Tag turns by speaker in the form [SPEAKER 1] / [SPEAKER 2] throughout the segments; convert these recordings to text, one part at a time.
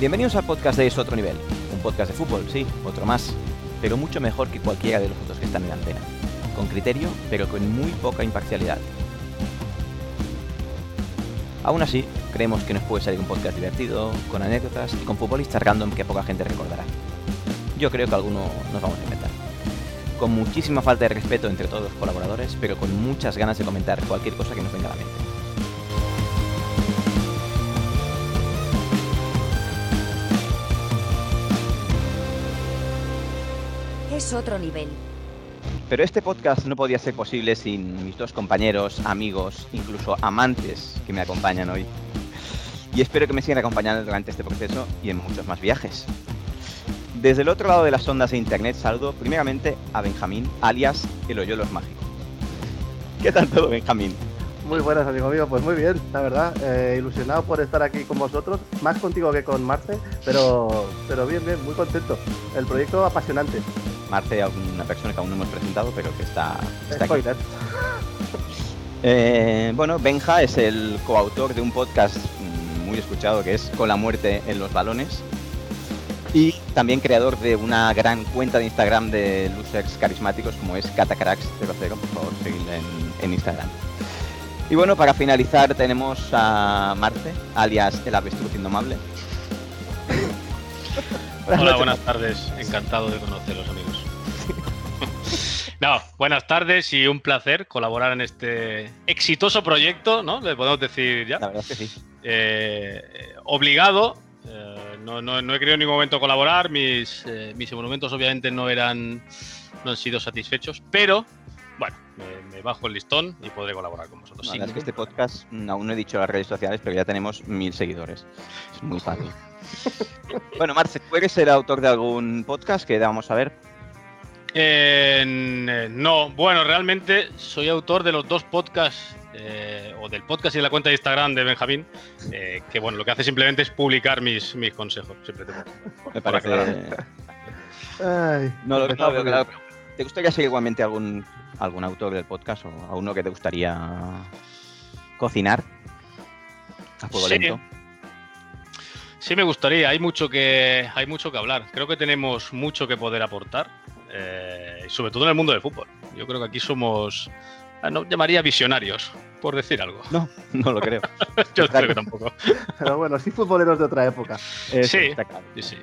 [SPEAKER 1] Bienvenidos al podcast de Es Otro Nivel, un podcast de fútbol, sí, otro más, pero mucho mejor que cualquiera de los otros que están en la antena, con criterio, pero con muy poca imparcialidad. Aún así, creemos que nos puede salir un podcast divertido, con anécdotas y con futbolistas random que poca gente recordará. Yo creo que alguno nos vamos a inventar. Con muchísima falta de respeto entre todos los colaboradores, pero con muchas ganas de comentar cualquier cosa que nos venga a la mente.
[SPEAKER 2] Es otro nivel.
[SPEAKER 1] Pero este podcast no podía ser posible sin mis dos compañeros, amigos, incluso amantes que me acompañan hoy. Y espero que me sigan acompañando durante este proceso y en muchos más viajes. Desde el otro lado de las ondas de internet saludo primeramente a Benjamín, alias el Hoyuelos Mágico. ¿Qué tal todo, Benjamín?
[SPEAKER 3] Muy buenas, amigo mío. Pues muy bien, la verdad. Eh, ilusionado por estar aquí con vosotros. Más contigo que con Marce, pero, pero bien, bien, muy contento. El proyecto apasionante.
[SPEAKER 1] Marce, una persona que aún no hemos presentado, pero que está, está aquí.
[SPEAKER 3] Spoiler.
[SPEAKER 1] Eh, bueno, Benja es el coautor de un podcast mm, muy escuchado que es Con la muerte en los balones y también creador de una gran cuenta de Instagram de losers carismáticos como es catacrax00, por favor, seguidle en, en Instagram. Y bueno, para finalizar tenemos a Marte, alias el avestruz indomable.
[SPEAKER 4] Hola, buenas tardes. Encantado de conoceros, amigos. No, buenas tardes y un placer colaborar en este exitoso proyecto, ¿no? Le podemos decir ya.
[SPEAKER 1] La verdad es que sí.
[SPEAKER 4] Eh, eh, obligado. eh, no, no- no he querido en ningún momento colaborar. Mis, eh, mis monumentos obviamente no eran. no han sido satisfechos, pero bueno, me, me bajo el listón y podré colaborar con vosotros.
[SPEAKER 1] La
[SPEAKER 4] sin
[SPEAKER 1] verdad es que este
[SPEAKER 4] ningún
[SPEAKER 1] podcast mm, aún no he dicho las redes sociales, pero ya tenemos mil seguidores. Es muy fácil. bueno, Marce, ¿tú eres el autor de algún podcast que vamos a ver?
[SPEAKER 4] Eh, n- eh, no, bueno, realmente soy autor de los dos podcasts, eh, o del podcast y de la cuenta de Instagram de Benjamín, eh, que bueno, lo que hace simplemente es publicar mis, mis consejos. Siempre tengo.
[SPEAKER 1] Me
[SPEAKER 4] Por
[SPEAKER 1] parece.
[SPEAKER 4] aclarar.
[SPEAKER 3] Ay,
[SPEAKER 1] No lo no
[SPEAKER 3] empezaba
[SPEAKER 1] lo veo
[SPEAKER 3] muy
[SPEAKER 1] claro. ¿Te gustaría ser igualmente algún, algún autor del podcast o a uno que te gustaría cocinar? A fuego
[SPEAKER 4] Sí.
[SPEAKER 1] lento.
[SPEAKER 4] Sí, me gustaría, hay mucho que, hay mucho que hablar. Creo que tenemos mucho que poder aportar, eh, sobre todo en el mundo del fútbol. Yo creo que aquí somos, ah, no llamaría visionarios, por decir algo.
[SPEAKER 1] No, no lo creo.
[SPEAKER 4] Yo creo que tampoco.
[SPEAKER 3] bien. Pero bueno, sí futboleros de otra época.
[SPEAKER 1] Eso
[SPEAKER 4] Sí.
[SPEAKER 1] está claro.
[SPEAKER 4] Sí, sí.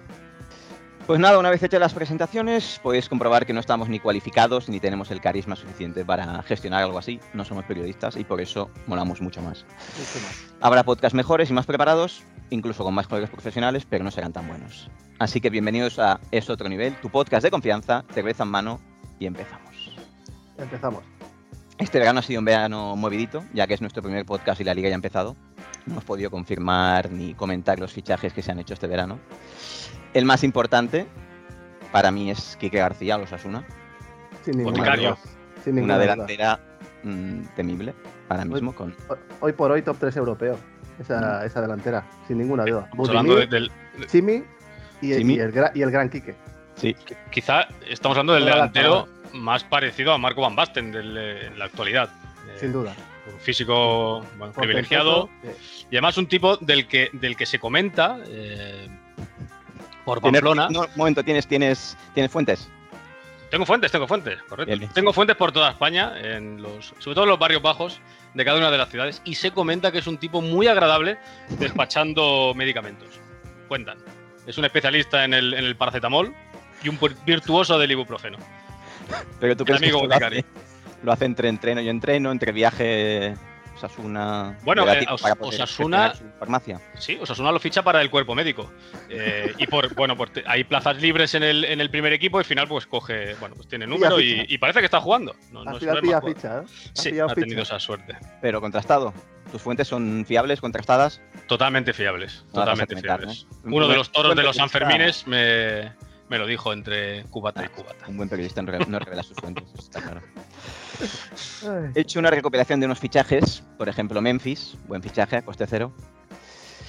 [SPEAKER 1] Pues nada, una vez hechas las presentaciones, podéis comprobar que no estamos ni cualificados ni tenemos el carisma suficiente para gestionar algo así. No somos periodistas y por eso molamos mucho más.
[SPEAKER 3] Mucho más.
[SPEAKER 1] Habrá podcasts mejores y más preparados, incluso con más colegas profesionales, pero no serán tan buenos. Así que bienvenidos a Es Otro Nivel, tu podcast de confianza, cerveza en mano y empezamos.
[SPEAKER 3] Empezamos.
[SPEAKER 1] Este verano ha sido un verano movidito, ya que es nuestro primer podcast y la liga ya ha empezado. No hemos podido confirmar ni comentar los fichajes que se han hecho este verano. El más importante para mí es Quique García, los Asuna,
[SPEAKER 3] Sin ninguna
[SPEAKER 4] Boticario.
[SPEAKER 3] duda. Sin
[SPEAKER 1] una
[SPEAKER 3] ninguna duda. Pues,
[SPEAKER 1] delantera mm, temible ahora mismo con
[SPEAKER 3] Hoy por hoy top 3 europeo. Esa, esa delantera. Sin ninguna duda.
[SPEAKER 4] Mm. Estamos hablando de-
[SPEAKER 3] Budimir,
[SPEAKER 4] del,
[SPEAKER 3] Chimi y,
[SPEAKER 1] Chimi.
[SPEAKER 3] y el, gra- y el gran Quique.
[SPEAKER 4] Quizá estamos hablando del
[SPEAKER 3] Ahora la
[SPEAKER 4] delantero más parecido a Marco Van Basten del, eh, en la actualidad. Eh,
[SPEAKER 3] Sin duda.
[SPEAKER 4] un físico bueno, privilegiado
[SPEAKER 3] Portentoso,
[SPEAKER 4] y además un tipo del que, del que se comenta eh, por
[SPEAKER 1] Tienes-
[SPEAKER 4] Pamplona.
[SPEAKER 1] no, un momento, tienes, tienes, tienes fuentes.
[SPEAKER 4] Tengo fuentes, tengo fuentes, correcto.
[SPEAKER 1] Bien, bien.
[SPEAKER 4] Tengo fuentes por toda España, en los, sobre todo en los barrios bajos de cada una de las ciudades y se comenta que es un tipo muy agradable despachando medicamentos. Cuentan. Es un especialista en el, en el paracetamol y un pu- virtuoso del ibuprofeno.
[SPEAKER 1] Pero tú
[SPEAKER 4] El
[SPEAKER 1] crees que
[SPEAKER 4] amigo
[SPEAKER 1] esto lo, hace,
[SPEAKER 4] boticario.
[SPEAKER 1] lo hace entre entreno y entreno, entre viaje Osasuna.
[SPEAKER 4] Bueno,
[SPEAKER 1] le da
[SPEAKER 4] eh,
[SPEAKER 1] tiempo
[SPEAKER 4] Os-
[SPEAKER 1] para poder
[SPEAKER 4] Osasuna-
[SPEAKER 1] gestionar su farmacia.
[SPEAKER 4] Sí, Osasuna lo ficha para el cuerpo médico. Eh, y por, bueno, por te- hay plazas libres en el, en el primer equipo y al final pues coge, bueno, pues tiene número y,
[SPEAKER 3] ficha.
[SPEAKER 4] y parece que está jugando. No,
[SPEAKER 3] eh.
[SPEAKER 4] no
[SPEAKER 3] Al
[SPEAKER 4] es-
[SPEAKER 3] final
[SPEAKER 4] no es
[SPEAKER 3] pilla
[SPEAKER 4] más jugador.
[SPEAKER 3] ficha, ¿eh?
[SPEAKER 4] Sí,
[SPEAKER 3] pillado
[SPEAKER 4] ha
[SPEAKER 3] ficha.
[SPEAKER 4] tenido esa suerte.
[SPEAKER 1] Pero contrastado. Tus fuentes son fiables, contrastadas.
[SPEAKER 4] Totalmente fiables,
[SPEAKER 1] No las vas a
[SPEAKER 4] totalmente
[SPEAKER 1] comentar,
[SPEAKER 4] fiables.
[SPEAKER 1] ¿no?
[SPEAKER 4] Uno de los toros de
[SPEAKER 1] Bueno,
[SPEAKER 4] los
[SPEAKER 1] pues está.
[SPEAKER 4] Sanfermines me, me lo dijo entre
[SPEAKER 1] Ah.
[SPEAKER 4] cubata y cubata.
[SPEAKER 1] Un buen periodista no re- no revela sus fuentes, eso está claro.
[SPEAKER 3] Ay,
[SPEAKER 1] He hecho una recopilación de unos fichajes, por ejemplo, Memphis, buen fichaje, a coste cero.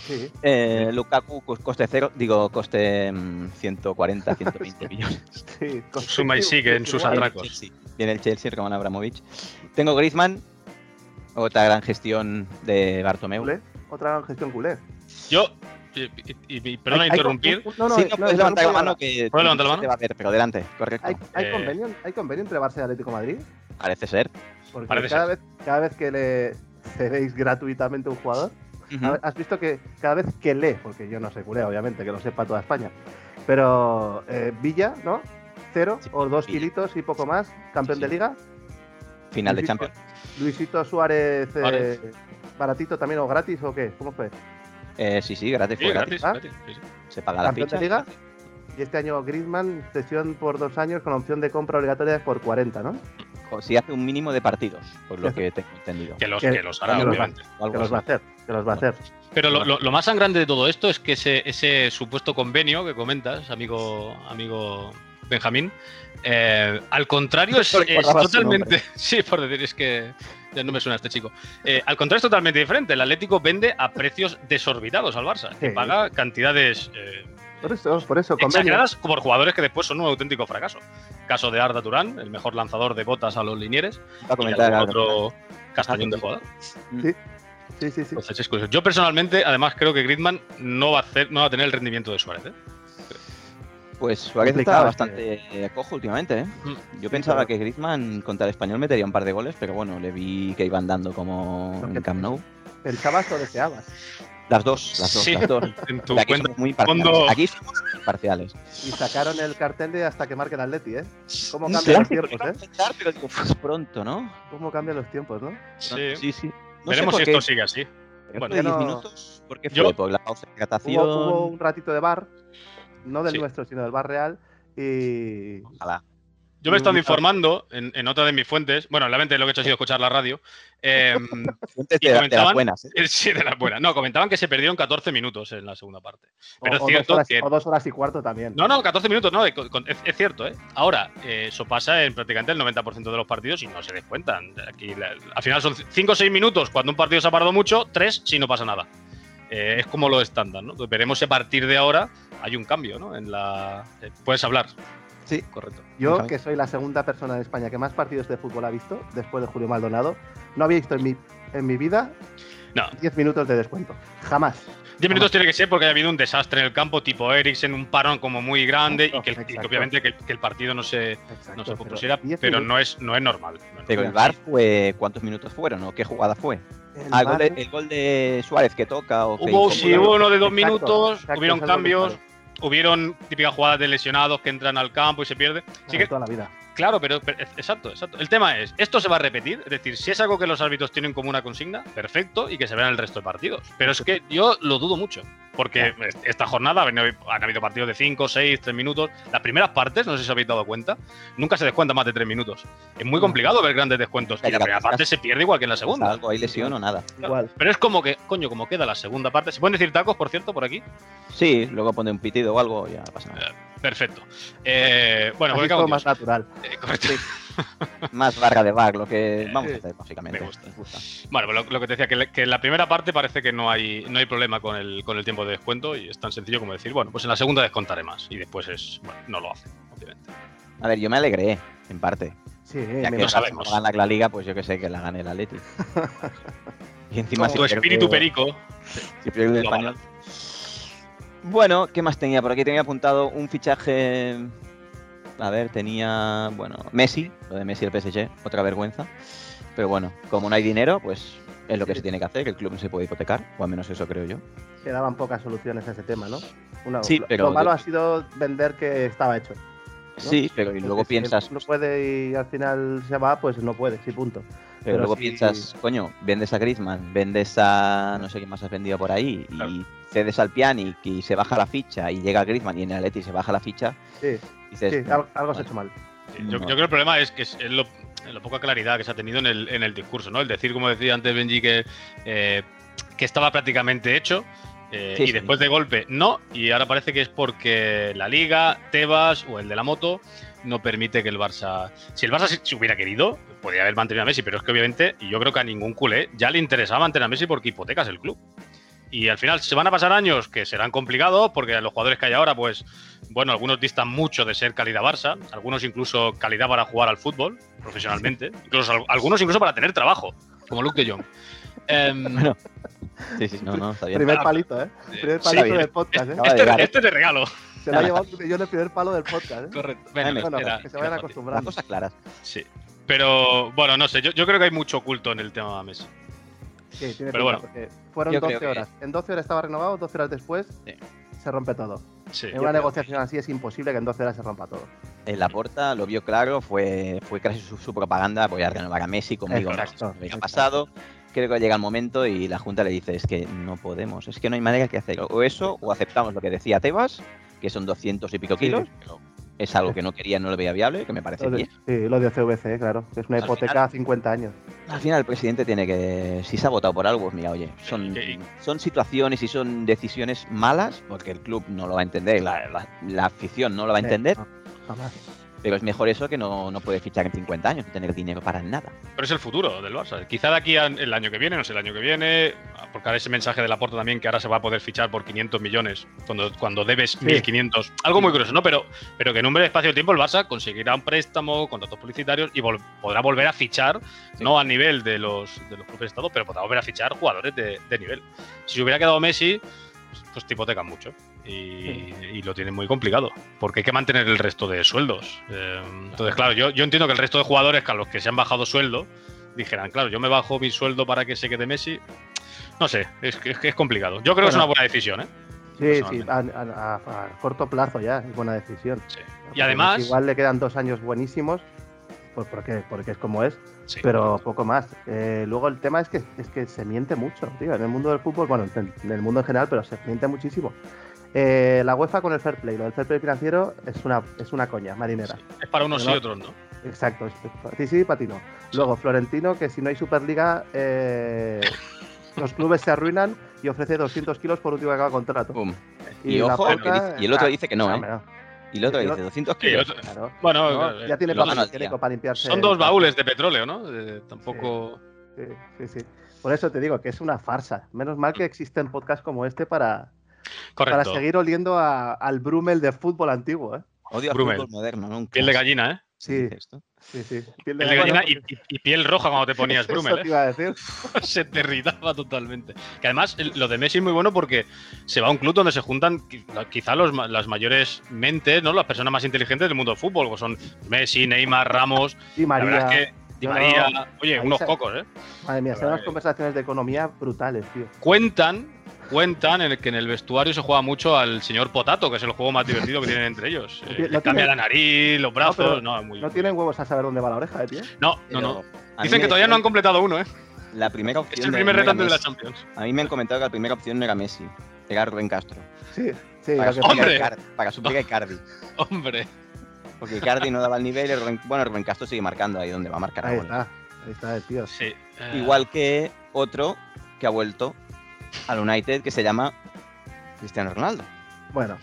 [SPEAKER 3] sí.
[SPEAKER 1] Eh, Lukaku, cos- coste cero, digo, coste mm, 140, 120 millones.
[SPEAKER 3] Sí, con-
[SPEAKER 4] Suma y
[SPEAKER 3] sí,
[SPEAKER 4] sigue en
[SPEAKER 3] sí,
[SPEAKER 4] sus
[SPEAKER 3] igual.
[SPEAKER 4] atracos. Marcos.
[SPEAKER 1] Chelsea. Viene el Chelsea, Roman Abramovich. Tengo Griezmann, otra gran gestión de Bartomeu.
[SPEAKER 3] Culé, Otra gestión culé.
[SPEAKER 4] Yo Y, y- y- perdona interrumpir.
[SPEAKER 3] No, no,
[SPEAKER 1] si no,
[SPEAKER 3] no,
[SPEAKER 1] puedes
[SPEAKER 3] interrumpo
[SPEAKER 1] levantar la
[SPEAKER 3] yo ahora.
[SPEAKER 1] mano que
[SPEAKER 4] ¿Puedo levantar la
[SPEAKER 1] no
[SPEAKER 4] mano?
[SPEAKER 1] te va a ver, pero adelante, correcto.
[SPEAKER 3] ¿Hay, hay
[SPEAKER 4] Eh.
[SPEAKER 3] convenio, ¿Hay convenio entre Barça y Atlético de Madrid?
[SPEAKER 1] Parece ser.
[SPEAKER 3] Porque
[SPEAKER 4] Parece
[SPEAKER 3] cada vez, cada vez que le cedéis gratuitamente a un jugador,
[SPEAKER 1] Ujú.
[SPEAKER 3] has visto que cada vez que lee, porque yo no sé culé, obviamente, que lo sepa toda España, pero eh, Villa, ¿no? Cero
[SPEAKER 1] Sí,
[SPEAKER 3] o dos
[SPEAKER 1] Villa.
[SPEAKER 3] kilitos y poco más, campeón
[SPEAKER 1] Sí,
[SPEAKER 3] de
[SPEAKER 1] sí.
[SPEAKER 3] liga.
[SPEAKER 1] Final de
[SPEAKER 3] Luisito-
[SPEAKER 1] Champions.
[SPEAKER 3] Luisito Suárez, eh,
[SPEAKER 4] Suárez.
[SPEAKER 3] baratito también o gratis o qué, ¿cómo fue?
[SPEAKER 1] Eh, sí, sí, gratis,
[SPEAKER 4] Sí,
[SPEAKER 1] fue gratis.
[SPEAKER 4] gratis,
[SPEAKER 3] ¿ah?
[SPEAKER 4] gratis, sí, sí.
[SPEAKER 1] Se paga la
[SPEAKER 3] ¿Campeón
[SPEAKER 1] ficha.
[SPEAKER 3] de liga? Y este año Griezmann, cesión por dos años con opción de compra obligatoria por 40, ¿no?
[SPEAKER 1] O si hace un mínimo de partidos, por lo
[SPEAKER 3] Eso.
[SPEAKER 1] que tengo entendido.
[SPEAKER 4] Que los,
[SPEAKER 3] Que-
[SPEAKER 4] que los hará,
[SPEAKER 3] que los va-
[SPEAKER 4] obviamente.
[SPEAKER 1] O algo
[SPEAKER 3] Que los
[SPEAKER 1] así.
[SPEAKER 3] va a hacer, que los va a hacer.
[SPEAKER 4] Pero lo, lo- lo más sangrante de todo esto es que ese, ese supuesto convenio que comentas, amigo, amigo Benjamín, eh, al contrario es,
[SPEAKER 3] No
[SPEAKER 4] es
[SPEAKER 3] recordaba su
[SPEAKER 4] totalmente... Sí, por decir, es que ya no me suena este chico. Eh, al contrario es totalmente diferente. El Atlético vende a precios desorbitados al Barça, que
[SPEAKER 3] Sí.
[SPEAKER 4] paga cantidades eh,
[SPEAKER 3] Por eso, por eso, convenio.
[SPEAKER 4] exageradas por jugadores que después son un auténtico fracaso. Caso de Arda Turán, el mejor lanzador de botas a los linieres,
[SPEAKER 1] Va a
[SPEAKER 4] y
[SPEAKER 1] comentar
[SPEAKER 4] algún
[SPEAKER 1] algo.
[SPEAKER 4] otro castañón de jugador.
[SPEAKER 3] Sí, sí, sí.
[SPEAKER 4] Entonces es curioso. Yo personalmente, además, creo que Griezmann no va a, hacer, no va a tener el rendimiento de Suárez. ¿eh?
[SPEAKER 1] Pues Suárez
[SPEAKER 3] Complicado,
[SPEAKER 1] estaba bastante eh, cojo últimamente, ¿eh?
[SPEAKER 4] Mm.
[SPEAKER 1] Yo pensaba
[SPEAKER 3] claro.
[SPEAKER 1] que Griezmann contra el español metería un par de goles, pero bueno, le vi que iban dando como
[SPEAKER 3] Lo que
[SPEAKER 1] en Camp Nou.
[SPEAKER 3] Pensabas o deseabas.
[SPEAKER 1] Las dos, las dos,
[SPEAKER 4] Sí.
[SPEAKER 1] las dos.
[SPEAKER 4] En tu
[SPEAKER 1] Pero Aquí
[SPEAKER 4] cuenta.
[SPEAKER 1] somos muy imparciales.
[SPEAKER 4] fondo-
[SPEAKER 1] Aquí somos imparciales.
[SPEAKER 3] Y sacaron el cartel de hasta que marque el Atleti, ¿eh? ¿Cómo
[SPEAKER 1] No
[SPEAKER 3] cambian los
[SPEAKER 1] sé,
[SPEAKER 3] tiempos,
[SPEAKER 1] iba a
[SPEAKER 3] eh?
[SPEAKER 1] comentar, pero digo, pues pronto, ¿no?
[SPEAKER 3] ¿Cómo cambian los tiempos, no?
[SPEAKER 4] Sí.
[SPEAKER 1] Sí, sí. No
[SPEAKER 4] Veremos si
[SPEAKER 1] sé por
[SPEAKER 4] esto
[SPEAKER 1] qué,
[SPEAKER 4] sigue así.
[SPEAKER 1] dentro
[SPEAKER 4] bueno.
[SPEAKER 1] de
[SPEAKER 3] Ya
[SPEAKER 1] 10
[SPEAKER 3] no-
[SPEAKER 1] minutos, ¿por qué
[SPEAKER 4] Yo-
[SPEAKER 1] fue? Por la pausa de hidratación.
[SPEAKER 3] Hubo, hubo un ratito de bar, no del
[SPEAKER 4] Sí.
[SPEAKER 3] nuestro, sino del bar real, y
[SPEAKER 1] Ojalá.
[SPEAKER 4] Yo me he estado
[SPEAKER 3] Mm,
[SPEAKER 4] informando en, en otra de mis fuentes. Bueno, realmente lo que he hecho ha sido escuchar la radio. Eh,
[SPEAKER 1] Fuentes
[SPEAKER 4] Y
[SPEAKER 1] de, de las
[SPEAKER 4] comentaban-
[SPEAKER 1] buenas. ¿eh?
[SPEAKER 4] sí, de las buenas. No, comentaban que se perdieron 14 minutos en la segunda parte.
[SPEAKER 3] o-
[SPEAKER 4] Pero
[SPEAKER 3] o,
[SPEAKER 4] es cierto
[SPEAKER 3] dos horas,
[SPEAKER 4] que.
[SPEAKER 3] o dos horas y cuarto también.
[SPEAKER 4] No, no, 14 minutos, no, eh, con- con- es, es cierto, ¿eh? Ahora, eh, eso pasa en prácticamente el 90% de los partidos y no se descuentan. Aquí, la- al final son 5 o 6 minutos cuando un partido se ha parado mucho, 3 si no pasa nada. Eh, es como lo estándar, ¿no? Entonces, Veremos si a partir de ahora hay un cambio, ¿no? En la... eh, puedes hablar.
[SPEAKER 1] Sí.
[SPEAKER 4] Correcto.
[SPEAKER 3] Yo,
[SPEAKER 1] Déjame.
[SPEAKER 3] que soy la segunda persona en España que más partidos de fútbol ha visto, después de Julio Maldonado, no había visto en mi, en mi vida
[SPEAKER 4] No.
[SPEAKER 3] 10 minutos de descuento. Jamás.
[SPEAKER 4] 10 minutos tiene que ser porque ha habido un desastre en el campo, tipo Eriksen, un parón como muy grande y que, el- y que
[SPEAKER 3] Exacto.
[SPEAKER 4] obviamente que el, que el partido no se, no se propusiera, pero, no, es, no es normal. No es
[SPEAKER 1] Pero el
[SPEAKER 4] normal.
[SPEAKER 1] bar fue. ¿Cuántos minutos fueron o qué jugada fue? Ah, el, gol de,
[SPEAKER 3] eh,
[SPEAKER 1] el gol de Suárez que toca o que
[SPEAKER 4] Hubo,
[SPEAKER 1] hizo-
[SPEAKER 4] Oh, sí, hubo uno de dos
[SPEAKER 3] Exacto,
[SPEAKER 4] minutos,
[SPEAKER 3] exacto,
[SPEAKER 4] hubieron
[SPEAKER 3] es algo
[SPEAKER 4] cambios,
[SPEAKER 3] que
[SPEAKER 4] hubieron típicas jugadas de lesionados que entran al campo y se pierde. Sí que,
[SPEAKER 3] toda la vida.
[SPEAKER 4] claro, pero, pero- exacto, exacto. El tema es, ¿esto se va a repetir? Es decir, si es algo que los árbitros tienen como una consigna, perfecto, y que se vean el resto de partidos. Pero es que yo lo dudo mucho, porque esta jornada han habido- han habido partidos de 5, 6, 3 minutos. Las primeras partes, no sé si os habéis dado cuenta, nunca se descuenta más de 3 minutos. Es muy complicado ver grandes descuentos. Y la primera parte se pierde igual que en la segunda.
[SPEAKER 1] Algo hay lesión o nada.
[SPEAKER 3] Igual.
[SPEAKER 4] Pero es como que, coño, como queda la segunda parte. ¿Se pueden decir tacos, por cierto, por aquí?
[SPEAKER 1] Sí, luego pone un pitido o algo, ya pasa nada.
[SPEAKER 4] Perfecto. Eh, bueno,
[SPEAKER 3] Así
[SPEAKER 4] me
[SPEAKER 3] es
[SPEAKER 4] cago en
[SPEAKER 3] todo más
[SPEAKER 4] Dios.
[SPEAKER 3] natural.
[SPEAKER 4] Eh, correcto.
[SPEAKER 1] Más barra de bar, lo que vamos a hacer, básicamente.
[SPEAKER 4] Eh, me gusta.
[SPEAKER 1] Nos gusta.
[SPEAKER 4] Bueno, pues lo, lo que te decía, que, le- que en la primera parte parece que no hay, no hay problema con el, con el tiempo de descuento y es tan sencillo como decir, bueno, pues en la segunda descontaré más y después es, bueno, no lo hace, obviamente.
[SPEAKER 1] A ver, yo me alegré, en parte.
[SPEAKER 3] Sí,
[SPEAKER 1] Ya que
[SPEAKER 3] me
[SPEAKER 4] lo
[SPEAKER 1] no
[SPEAKER 4] sabemos.
[SPEAKER 1] gana la liga, pues yo que sé que la gane el Atleti. y encima si
[SPEAKER 4] Tu
[SPEAKER 1] pierde-
[SPEAKER 4] espíritu perico,
[SPEAKER 1] si pierde el
[SPEAKER 4] lo
[SPEAKER 1] español. Bueno, ¿qué más tenía? Por aquí tenía apuntado un fichaje. A ver, tenía. Bueno, Messi, lo de Messi el PSG, otra vergüenza. Pero bueno, como no hay dinero, pues es lo que
[SPEAKER 3] Sí.
[SPEAKER 1] se tiene que hacer, que el club no se puede hipotecar, o al menos eso creo yo.
[SPEAKER 3] quedaban pocas soluciones a ese tema, ¿no? Una-
[SPEAKER 1] Sí,
[SPEAKER 3] lo,
[SPEAKER 1] pero-
[SPEAKER 3] lo malo ha sido vender que estaba hecho.
[SPEAKER 1] Sí, pero y luego
[SPEAKER 3] Porque si el
[SPEAKER 1] piensas,
[SPEAKER 3] No puede y al final se va, pues no puede, sí, punto.
[SPEAKER 1] pero
[SPEAKER 3] pero
[SPEAKER 1] luego
[SPEAKER 3] si-
[SPEAKER 1] piensas, coño, vendes a Griezmann, vendes a no sé quién más has vendido por ahí y
[SPEAKER 4] Claro.
[SPEAKER 1] cedes al Pjanic y se baja la ficha y llega Griezmann y en el Atleti se baja la ficha,
[SPEAKER 3] Sí,
[SPEAKER 1] dices,
[SPEAKER 3] sí,
[SPEAKER 1] "Mm,
[SPEAKER 3] algo, algo se ha
[SPEAKER 1] vale".
[SPEAKER 3] hecho mal.
[SPEAKER 4] Yo, yo creo que el problema es que es es lo, la poca claridad que se ha tenido en el, en el discurso, ¿no? El decir, como decía antes Benji, que, eh, que estaba prácticamente hecho eh,
[SPEAKER 1] Sí,
[SPEAKER 4] y
[SPEAKER 1] sí.
[SPEAKER 4] después de golpe no, y ahora parece que es porque la Liga, Tebas o el de la moto no permite que el Barça... Si el Barça se, se hubiera querido, podría haber mantenido a Messi, pero es que obviamente, y yo creo que a ningún culé ya le interesaba mantener a Messi porque hipotecas el club. Y al final se van a pasar años que serán complicados porque los jugadores que hay ahora, pues, bueno, algunos distan mucho de ser calidad Barça, algunos incluso calidad para jugar al fútbol profesionalmente, incluso al- algunos incluso para tener trabajo, como Luke de Jong. Em,
[SPEAKER 1] Bueno, Sí, sí, no, no, está bien.
[SPEAKER 3] Primer palito, ¿eh? Primer
[SPEAKER 4] Sí,
[SPEAKER 3] palito
[SPEAKER 1] bien.
[SPEAKER 3] del podcast, ¿eh?
[SPEAKER 1] Acaba de
[SPEAKER 4] este,
[SPEAKER 1] llegar, ¿eh?
[SPEAKER 4] este es de regalo.
[SPEAKER 3] Se lo ha llevado yo el primer palo del podcast, ¿eh?
[SPEAKER 4] Correcto. Venga,
[SPEAKER 1] Bueno,
[SPEAKER 3] Bueno,
[SPEAKER 4] era-
[SPEAKER 3] que se
[SPEAKER 4] era
[SPEAKER 3] vayan
[SPEAKER 4] fácil.
[SPEAKER 1] Las
[SPEAKER 3] acostumbrando.
[SPEAKER 1] cosas claras.
[SPEAKER 4] Sí. Pero bueno, no sé, yo, yo creo que hay mucho oculto en el tema de Messi.
[SPEAKER 3] Sí, tiene
[SPEAKER 4] Pero
[SPEAKER 3] pinta,
[SPEAKER 4] bueno.
[SPEAKER 3] porque fueron
[SPEAKER 1] Yo creo
[SPEAKER 3] 12
[SPEAKER 1] que-
[SPEAKER 3] horas. En 12 horas estaba renovado, 12 horas después
[SPEAKER 1] Sí.
[SPEAKER 3] se rompe todo.
[SPEAKER 4] Sí.
[SPEAKER 3] en una negociación así es imposible que en 12 horas se rompa todo.
[SPEAKER 1] En la porta lo vio claro, fue, fue casi su, su propaganda, voy a renovar a Messi conmigo. no,
[SPEAKER 3] Exacto,
[SPEAKER 1] esto me ha
[SPEAKER 3] exacto.
[SPEAKER 1] pasado. Creo que llega el momento y la Junta le dice, es que no podemos, es que no hay manera que hacerlo. O eso, o aceptamos lo que decía Tebas, que son 200 y pico
[SPEAKER 3] Sí.
[SPEAKER 1] kilos, pero es algo que no quería, no lo veía viable, que me parece
[SPEAKER 3] Lo de-
[SPEAKER 1] bien.
[SPEAKER 3] sí, lo de CVC, claro. que Es una
[SPEAKER 1] Al
[SPEAKER 3] hipoteca
[SPEAKER 1] final-
[SPEAKER 3] a 50 años.
[SPEAKER 1] Al final el presidente tiene que, si se ha votado por algo, pues mira, oye, son,
[SPEAKER 4] Sí,
[SPEAKER 1] son situaciones y son decisiones malas, porque el club no lo va a entender, la, la- la afición no lo va a
[SPEAKER 3] Sí,
[SPEAKER 1] entender,
[SPEAKER 3] no, jamás.
[SPEAKER 1] pero es mejor eso que no, no puede fichar en 50 años, no tener dinero para nada.
[SPEAKER 4] Pero es el futuro del Barça. Quizá de aquí al el año que viene, no sé, el año que viene, porque ahora ese mensaje de Laporta también que ahora se va a poder fichar por 500 millones cuando, cuando debes 1.500. Algo muy grueso, ¿no? Pero, pero que en un breve espacio de tiempo el Barça conseguirá un préstamo, contratos publicitarios y vol- podrá volver a fichar, no a nivel de los, de los clubes de Estado, pero podrá volver a fichar jugadores de, de nivel. Si se hubiera quedado Messi, pues, pues te hipotecan mucho. Y, y lo tienen muy complicado, porque hay que mantener el resto de sueldos. Eh, entonces, claro, yo, yo entiendo que el resto de jugadores que a los que se han bajado sueldo dijeran, claro, yo me bajo mi sueldo para que se quede Messi. No sé, es, que- es, que es complicado. Yo creo que es
[SPEAKER 3] Bueno.
[SPEAKER 4] una buena decisión, ¿eh?
[SPEAKER 1] Pues
[SPEAKER 3] Sí, sí, a, a- a- a corto plazo ya, es buena decisión.
[SPEAKER 4] Sí. Y
[SPEAKER 3] Porque
[SPEAKER 4] además,
[SPEAKER 3] Igual le quedan dos años buenísimos, pues porque, porque es como es,
[SPEAKER 4] sí.
[SPEAKER 3] pero poco más. Eh, luego el tema es que, es que se miente mucho, tío, en el mundo del fútbol, bueno, en, en el mundo en general, pero se miente muchísimo. Eh, la UEFA con el fair play, lo del fair play financiero es una, es una coña marinera.
[SPEAKER 4] Sí. es para unos y
[SPEAKER 3] Pero-
[SPEAKER 4] otros no.
[SPEAKER 3] Exacto, es- pa- sí, sí, patino. Luego, Florentino, que si no hay Superliga, eh, los clubes se arruinan y ofrece 200 kilos por último que acaba contrato.
[SPEAKER 1] Pum. Oh, Y,
[SPEAKER 3] la
[SPEAKER 1] ojo,
[SPEAKER 3] pauta,
[SPEAKER 1] y dice- y el otro
[SPEAKER 3] ah,
[SPEAKER 1] dice que no, ¿eh?
[SPEAKER 3] hombre, no,
[SPEAKER 1] Y el otro
[SPEAKER 3] Y el
[SPEAKER 1] dice
[SPEAKER 3] otro-
[SPEAKER 1] 200
[SPEAKER 4] Sí,
[SPEAKER 1] kilos.
[SPEAKER 4] otro-
[SPEAKER 3] claro.
[SPEAKER 4] Bueno,
[SPEAKER 3] No,
[SPEAKER 4] claro,
[SPEAKER 3] ya
[SPEAKER 4] eh,
[SPEAKER 3] tiene
[SPEAKER 1] papel.
[SPEAKER 4] los-
[SPEAKER 3] papel
[SPEAKER 1] manos,
[SPEAKER 3] higiénico
[SPEAKER 1] tía.
[SPEAKER 3] para limpiarse.
[SPEAKER 4] son
[SPEAKER 3] el
[SPEAKER 4] dos
[SPEAKER 3] cuerpo.
[SPEAKER 4] baúles de petróleo, ¿no? Eh, tampoco.
[SPEAKER 3] Sí, sí, sí. Por eso te digo que es una farsa. Menos mal que existen podcasts como este para, para
[SPEAKER 4] Correcto.
[SPEAKER 3] seguir oliendo a- al Brummel de fútbol antiguo. ¿eh?
[SPEAKER 1] Odio al
[SPEAKER 4] Brummel.
[SPEAKER 1] fútbol moderno, nunca.
[SPEAKER 4] Piel
[SPEAKER 3] Pues,
[SPEAKER 4] de gallina, ¿eh?
[SPEAKER 3] Sí,
[SPEAKER 1] Esto.
[SPEAKER 3] sí, sí. Piel
[SPEAKER 4] Piel de gallina y, y- y piel roja cuando te ponías
[SPEAKER 3] Eso
[SPEAKER 4] Brummel, ¿eh?
[SPEAKER 3] te iba a decir.
[SPEAKER 4] se te irritaba totalmente. Que además el- lo de Messi es muy bueno porque se va a un club donde se juntan qui- la- quizá los, ma- las mayores mentes, ¿no? Las personas más inteligentes del mundo del fútbol, como son Messi, Neymar, Ramos,
[SPEAKER 3] Y
[SPEAKER 4] la
[SPEAKER 3] María.
[SPEAKER 4] verdad es que Di
[SPEAKER 3] no,
[SPEAKER 4] María, oye,
[SPEAKER 3] ahí
[SPEAKER 4] unos
[SPEAKER 3] se-
[SPEAKER 4] cocos, ¿eh?
[SPEAKER 3] Madre mía,
[SPEAKER 4] la
[SPEAKER 3] son
[SPEAKER 4] verdad
[SPEAKER 3] unas
[SPEAKER 4] que-
[SPEAKER 3] conversaciones de economía brutales, tío.
[SPEAKER 4] Cuentan, cuentan en el que en el vestuario se juega mucho al señor Potato, que es el juego más divertido que tienen entre ellos. Eh,
[SPEAKER 3] Lo
[SPEAKER 4] le
[SPEAKER 3] tiene-
[SPEAKER 4] cambia la nariz, los
[SPEAKER 3] pero
[SPEAKER 4] brazos, no, es muy
[SPEAKER 3] No tienen huevos a saber dónde va la oreja, eh, tío.
[SPEAKER 4] No, no,
[SPEAKER 1] Pero
[SPEAKER 4] no.
[SPEAKER 1] a mí
[SPEAKER 4] Dicen
[SPEAKER 1] me
[SPEAKER 4] que todavía no han
[SPEAKER 1] dijeron-
[SPEAKER 4] completado uno, ¿eh?
[SPEAKER 1] La primera opción.
[SPEAKER 4] Es el
[SPEAKER 1] de-
[SPEAKER 4] primer
[SPEAKER 1] no era
[SPEAKER 4] reto de la
[SPEAKER 1] Messi.
[SPEAKER 4] Champions.
[SPEAKER 1] A mí me han comentado que la primera opción no era Messi, era Rubén Castro.
[SPEAKER 3] Sí, sí.
[SPEAKER 1] Para
[SPEAKER 3] lo que
[SPEAKER 1] suplir a
[SPEAKER 4] ¡Hombre!
[SPEAKER 1] Icar- Para suplir a Icardi.
[SPEAKER 4] Hombre.
[SPEAKER 1] Porque Icardi no daba el nivel y Rubén, bueno, Rubén Castro sigue marcando ahí donde va a marcar
[SPEAKER 3] Ahí
[SPEAKER 1] ahora.
[SPEAKER 3] está, ahí está, el tío.
[SPEAKER 4] Sí. eh,
[SPEAKER 1] Igual que otro que ha vuelto al United que se llama Cristiano Ronaldo.
[SPEAKER 3] Bueno,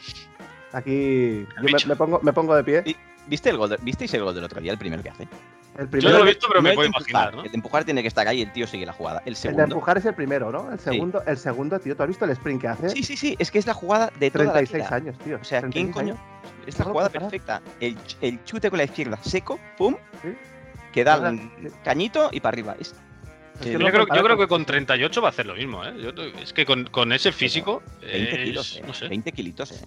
[SPEAKER 3] aquí yo me,
[SPEAKER 4] bicho.
[SPEAKER 3] me pongo, me pongo de pie.
[SPEAKER 1] Y- ¿Viste el gol de- ¿Visteis el gol del otro día, el primero que hace?
[SPEAKER 3] El
[SPEAKER 4] Yo no
[SPEAKER 3] primero,
[SPEAKER 4] lo he visto, pero
[SPEAKER 1] No
[SPEAKER 4] me
[SPEAKER 1] el
[SPEAKER 4] puedo
[SPEAKER 1] de
[SPEAKER 4] imaginar,
[SPEAKER 1] empujar,
[SPEAKER 4] ¿no?
[SPEAKER 1] El de empujar tiene que estar ahí y el tío sigue la jugada. El
[SPEAKER 3] el de
[SPEAKER 1] segundo.
[SPEAKER 3] empujar es el primero, ¿no? El
[SPEAKER 1] Sí.
[SPEAKER 3] segundo, el segundo, tío. ¿Tú has visto el sprint que hace?
[SPEAKER 1] sí, sí, sí, es que es la jugada de toda la
[SPEAKER 3] 36
[SPEAKER 1] vida.
[SPEAKER 3] años, tío.
[SPEAKER 1] O sea, ¿quién
[SPEAKER 3] 36
[SPEAKER 1] coño?
[SPEAKER 3] años.
[SPEAKER 1] Es la
[SPEAKER 3] No lo
[SPEAKER 1] jugada
[SPEAKER 3] preparas.
[SPEAKER 1] perfecta. El, ch- el chute con la izquierda seco, pum,
[SPEAKER 3] Sí.
[SPEAKER 1] que da
[SPEAKER 3] Ahora,
[SPEAKER 1] un cañito y para arriba. Es- Sí,
[SPEAKER 3] Es que
[SPEAKER 1] yo
[SPEAKER 4] Yo,
[SPEAKER 3] lo
[SPEAKER 4] creo, yo
[SPEAKER 3] compara
[SPEAKER 4] creo
[SPEAKER 3] con-
[SPEAKER 4] que con 38 va a hacer lo mismo, ¿eh? Yo- es que con, con ese físico.
[SPEAKER 1] 20
[SPEAKER 4] es-
[SPEAKER 1] kilos, eh,
[SPEAKER 4] no sé.
[SPEAKER 1] 20 kilitos, eh.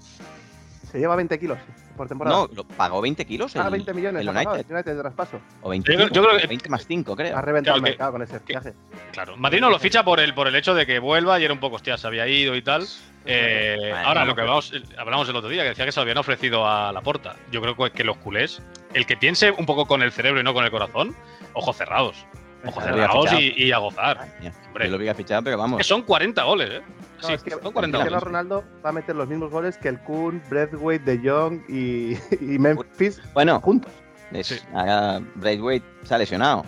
[SPEAKER 3] Se lleva 20 kilos por temporada.
[SPEAKER 1] No, lo pagó 20 kilos.
[SPEAKER 3] ah,
[SPEAKER 1] el-
[SPEAKER 3] 20 millones.
[SPEAKER 1] el
[SPEAKER 3] ha pagado El
[SPEAKER 1] United.
[SPEAKER 3] United de traspaso.
[SPEAKER 1] O 20,
[SPEAKER 4] Yo creo- yo creo que-
[SPEAKER 1] 20 más 5, creo.
[SPEAKER 3] Ha reventado
[SPEAKER 4] Claro
[SPEAKER 3] el
[SPEAKER 4] que-
[SPEAKER 3] mercado con ese
[SPEAKER 4] que-
[SPEAKER 3] fichaje.
[SPEAKER 4] Claro. Madrid no lo ficha por el, por el hecho de que vuelva y era un poco, hostia, se había ido y tal. Eh,
[SPEAKER 1] Vale,
[SPEAKER 4] ahora,
[SPEAKER 1] vamos
[SPEAKER 4] lo que
[SPEAKER 1] a-
[SPEAKER 4] hablamos, eh, hablamos el otro día, que decía que se lo habían ofrecido a la porta. Yo creo que- que los culés, el que piense un poco con el cerebro y no con el corazón, ojos cerrados. Ojos
[SPEAKER 1] Claro, había
[SPEAKER 4] cerrados
[SPEAKER 1] fichado.
[SPEAKER 4] y, y a gozar.
[SPEAKER 1] Madre mía,
[SPEAKER 4] Hombre.
[SPEAKER 1] Yo lo hubiera fichado, pero
[SPEAKER 4] Que
[SPEAKER 1] vamos.
[SPEAKER 4] son 40 goles, ¿eh?
[SPEAKER 3] No,
[SPEAKER 4] Sí,
[SPEAKER 3] es que
[SPEAKER 4] son 40
[SPEAKER 1] es que
[SPEAKER 3] Cristiano
[SPEAKER 4] goles.
[SPEAKER 1] los-
[SPEAKER 3] Ronaldo va a meter los mismos goles que el Kun, Breathwaite, De Jong y, y Memphis
[SPEAKER 1] Bueno,
[SPEAKER 3] juntos.
[SPEAKER 1] es-
[SPEAKER 4] Sí.
[SPEAKER 1] ahora Braithwaite se ha lesionado.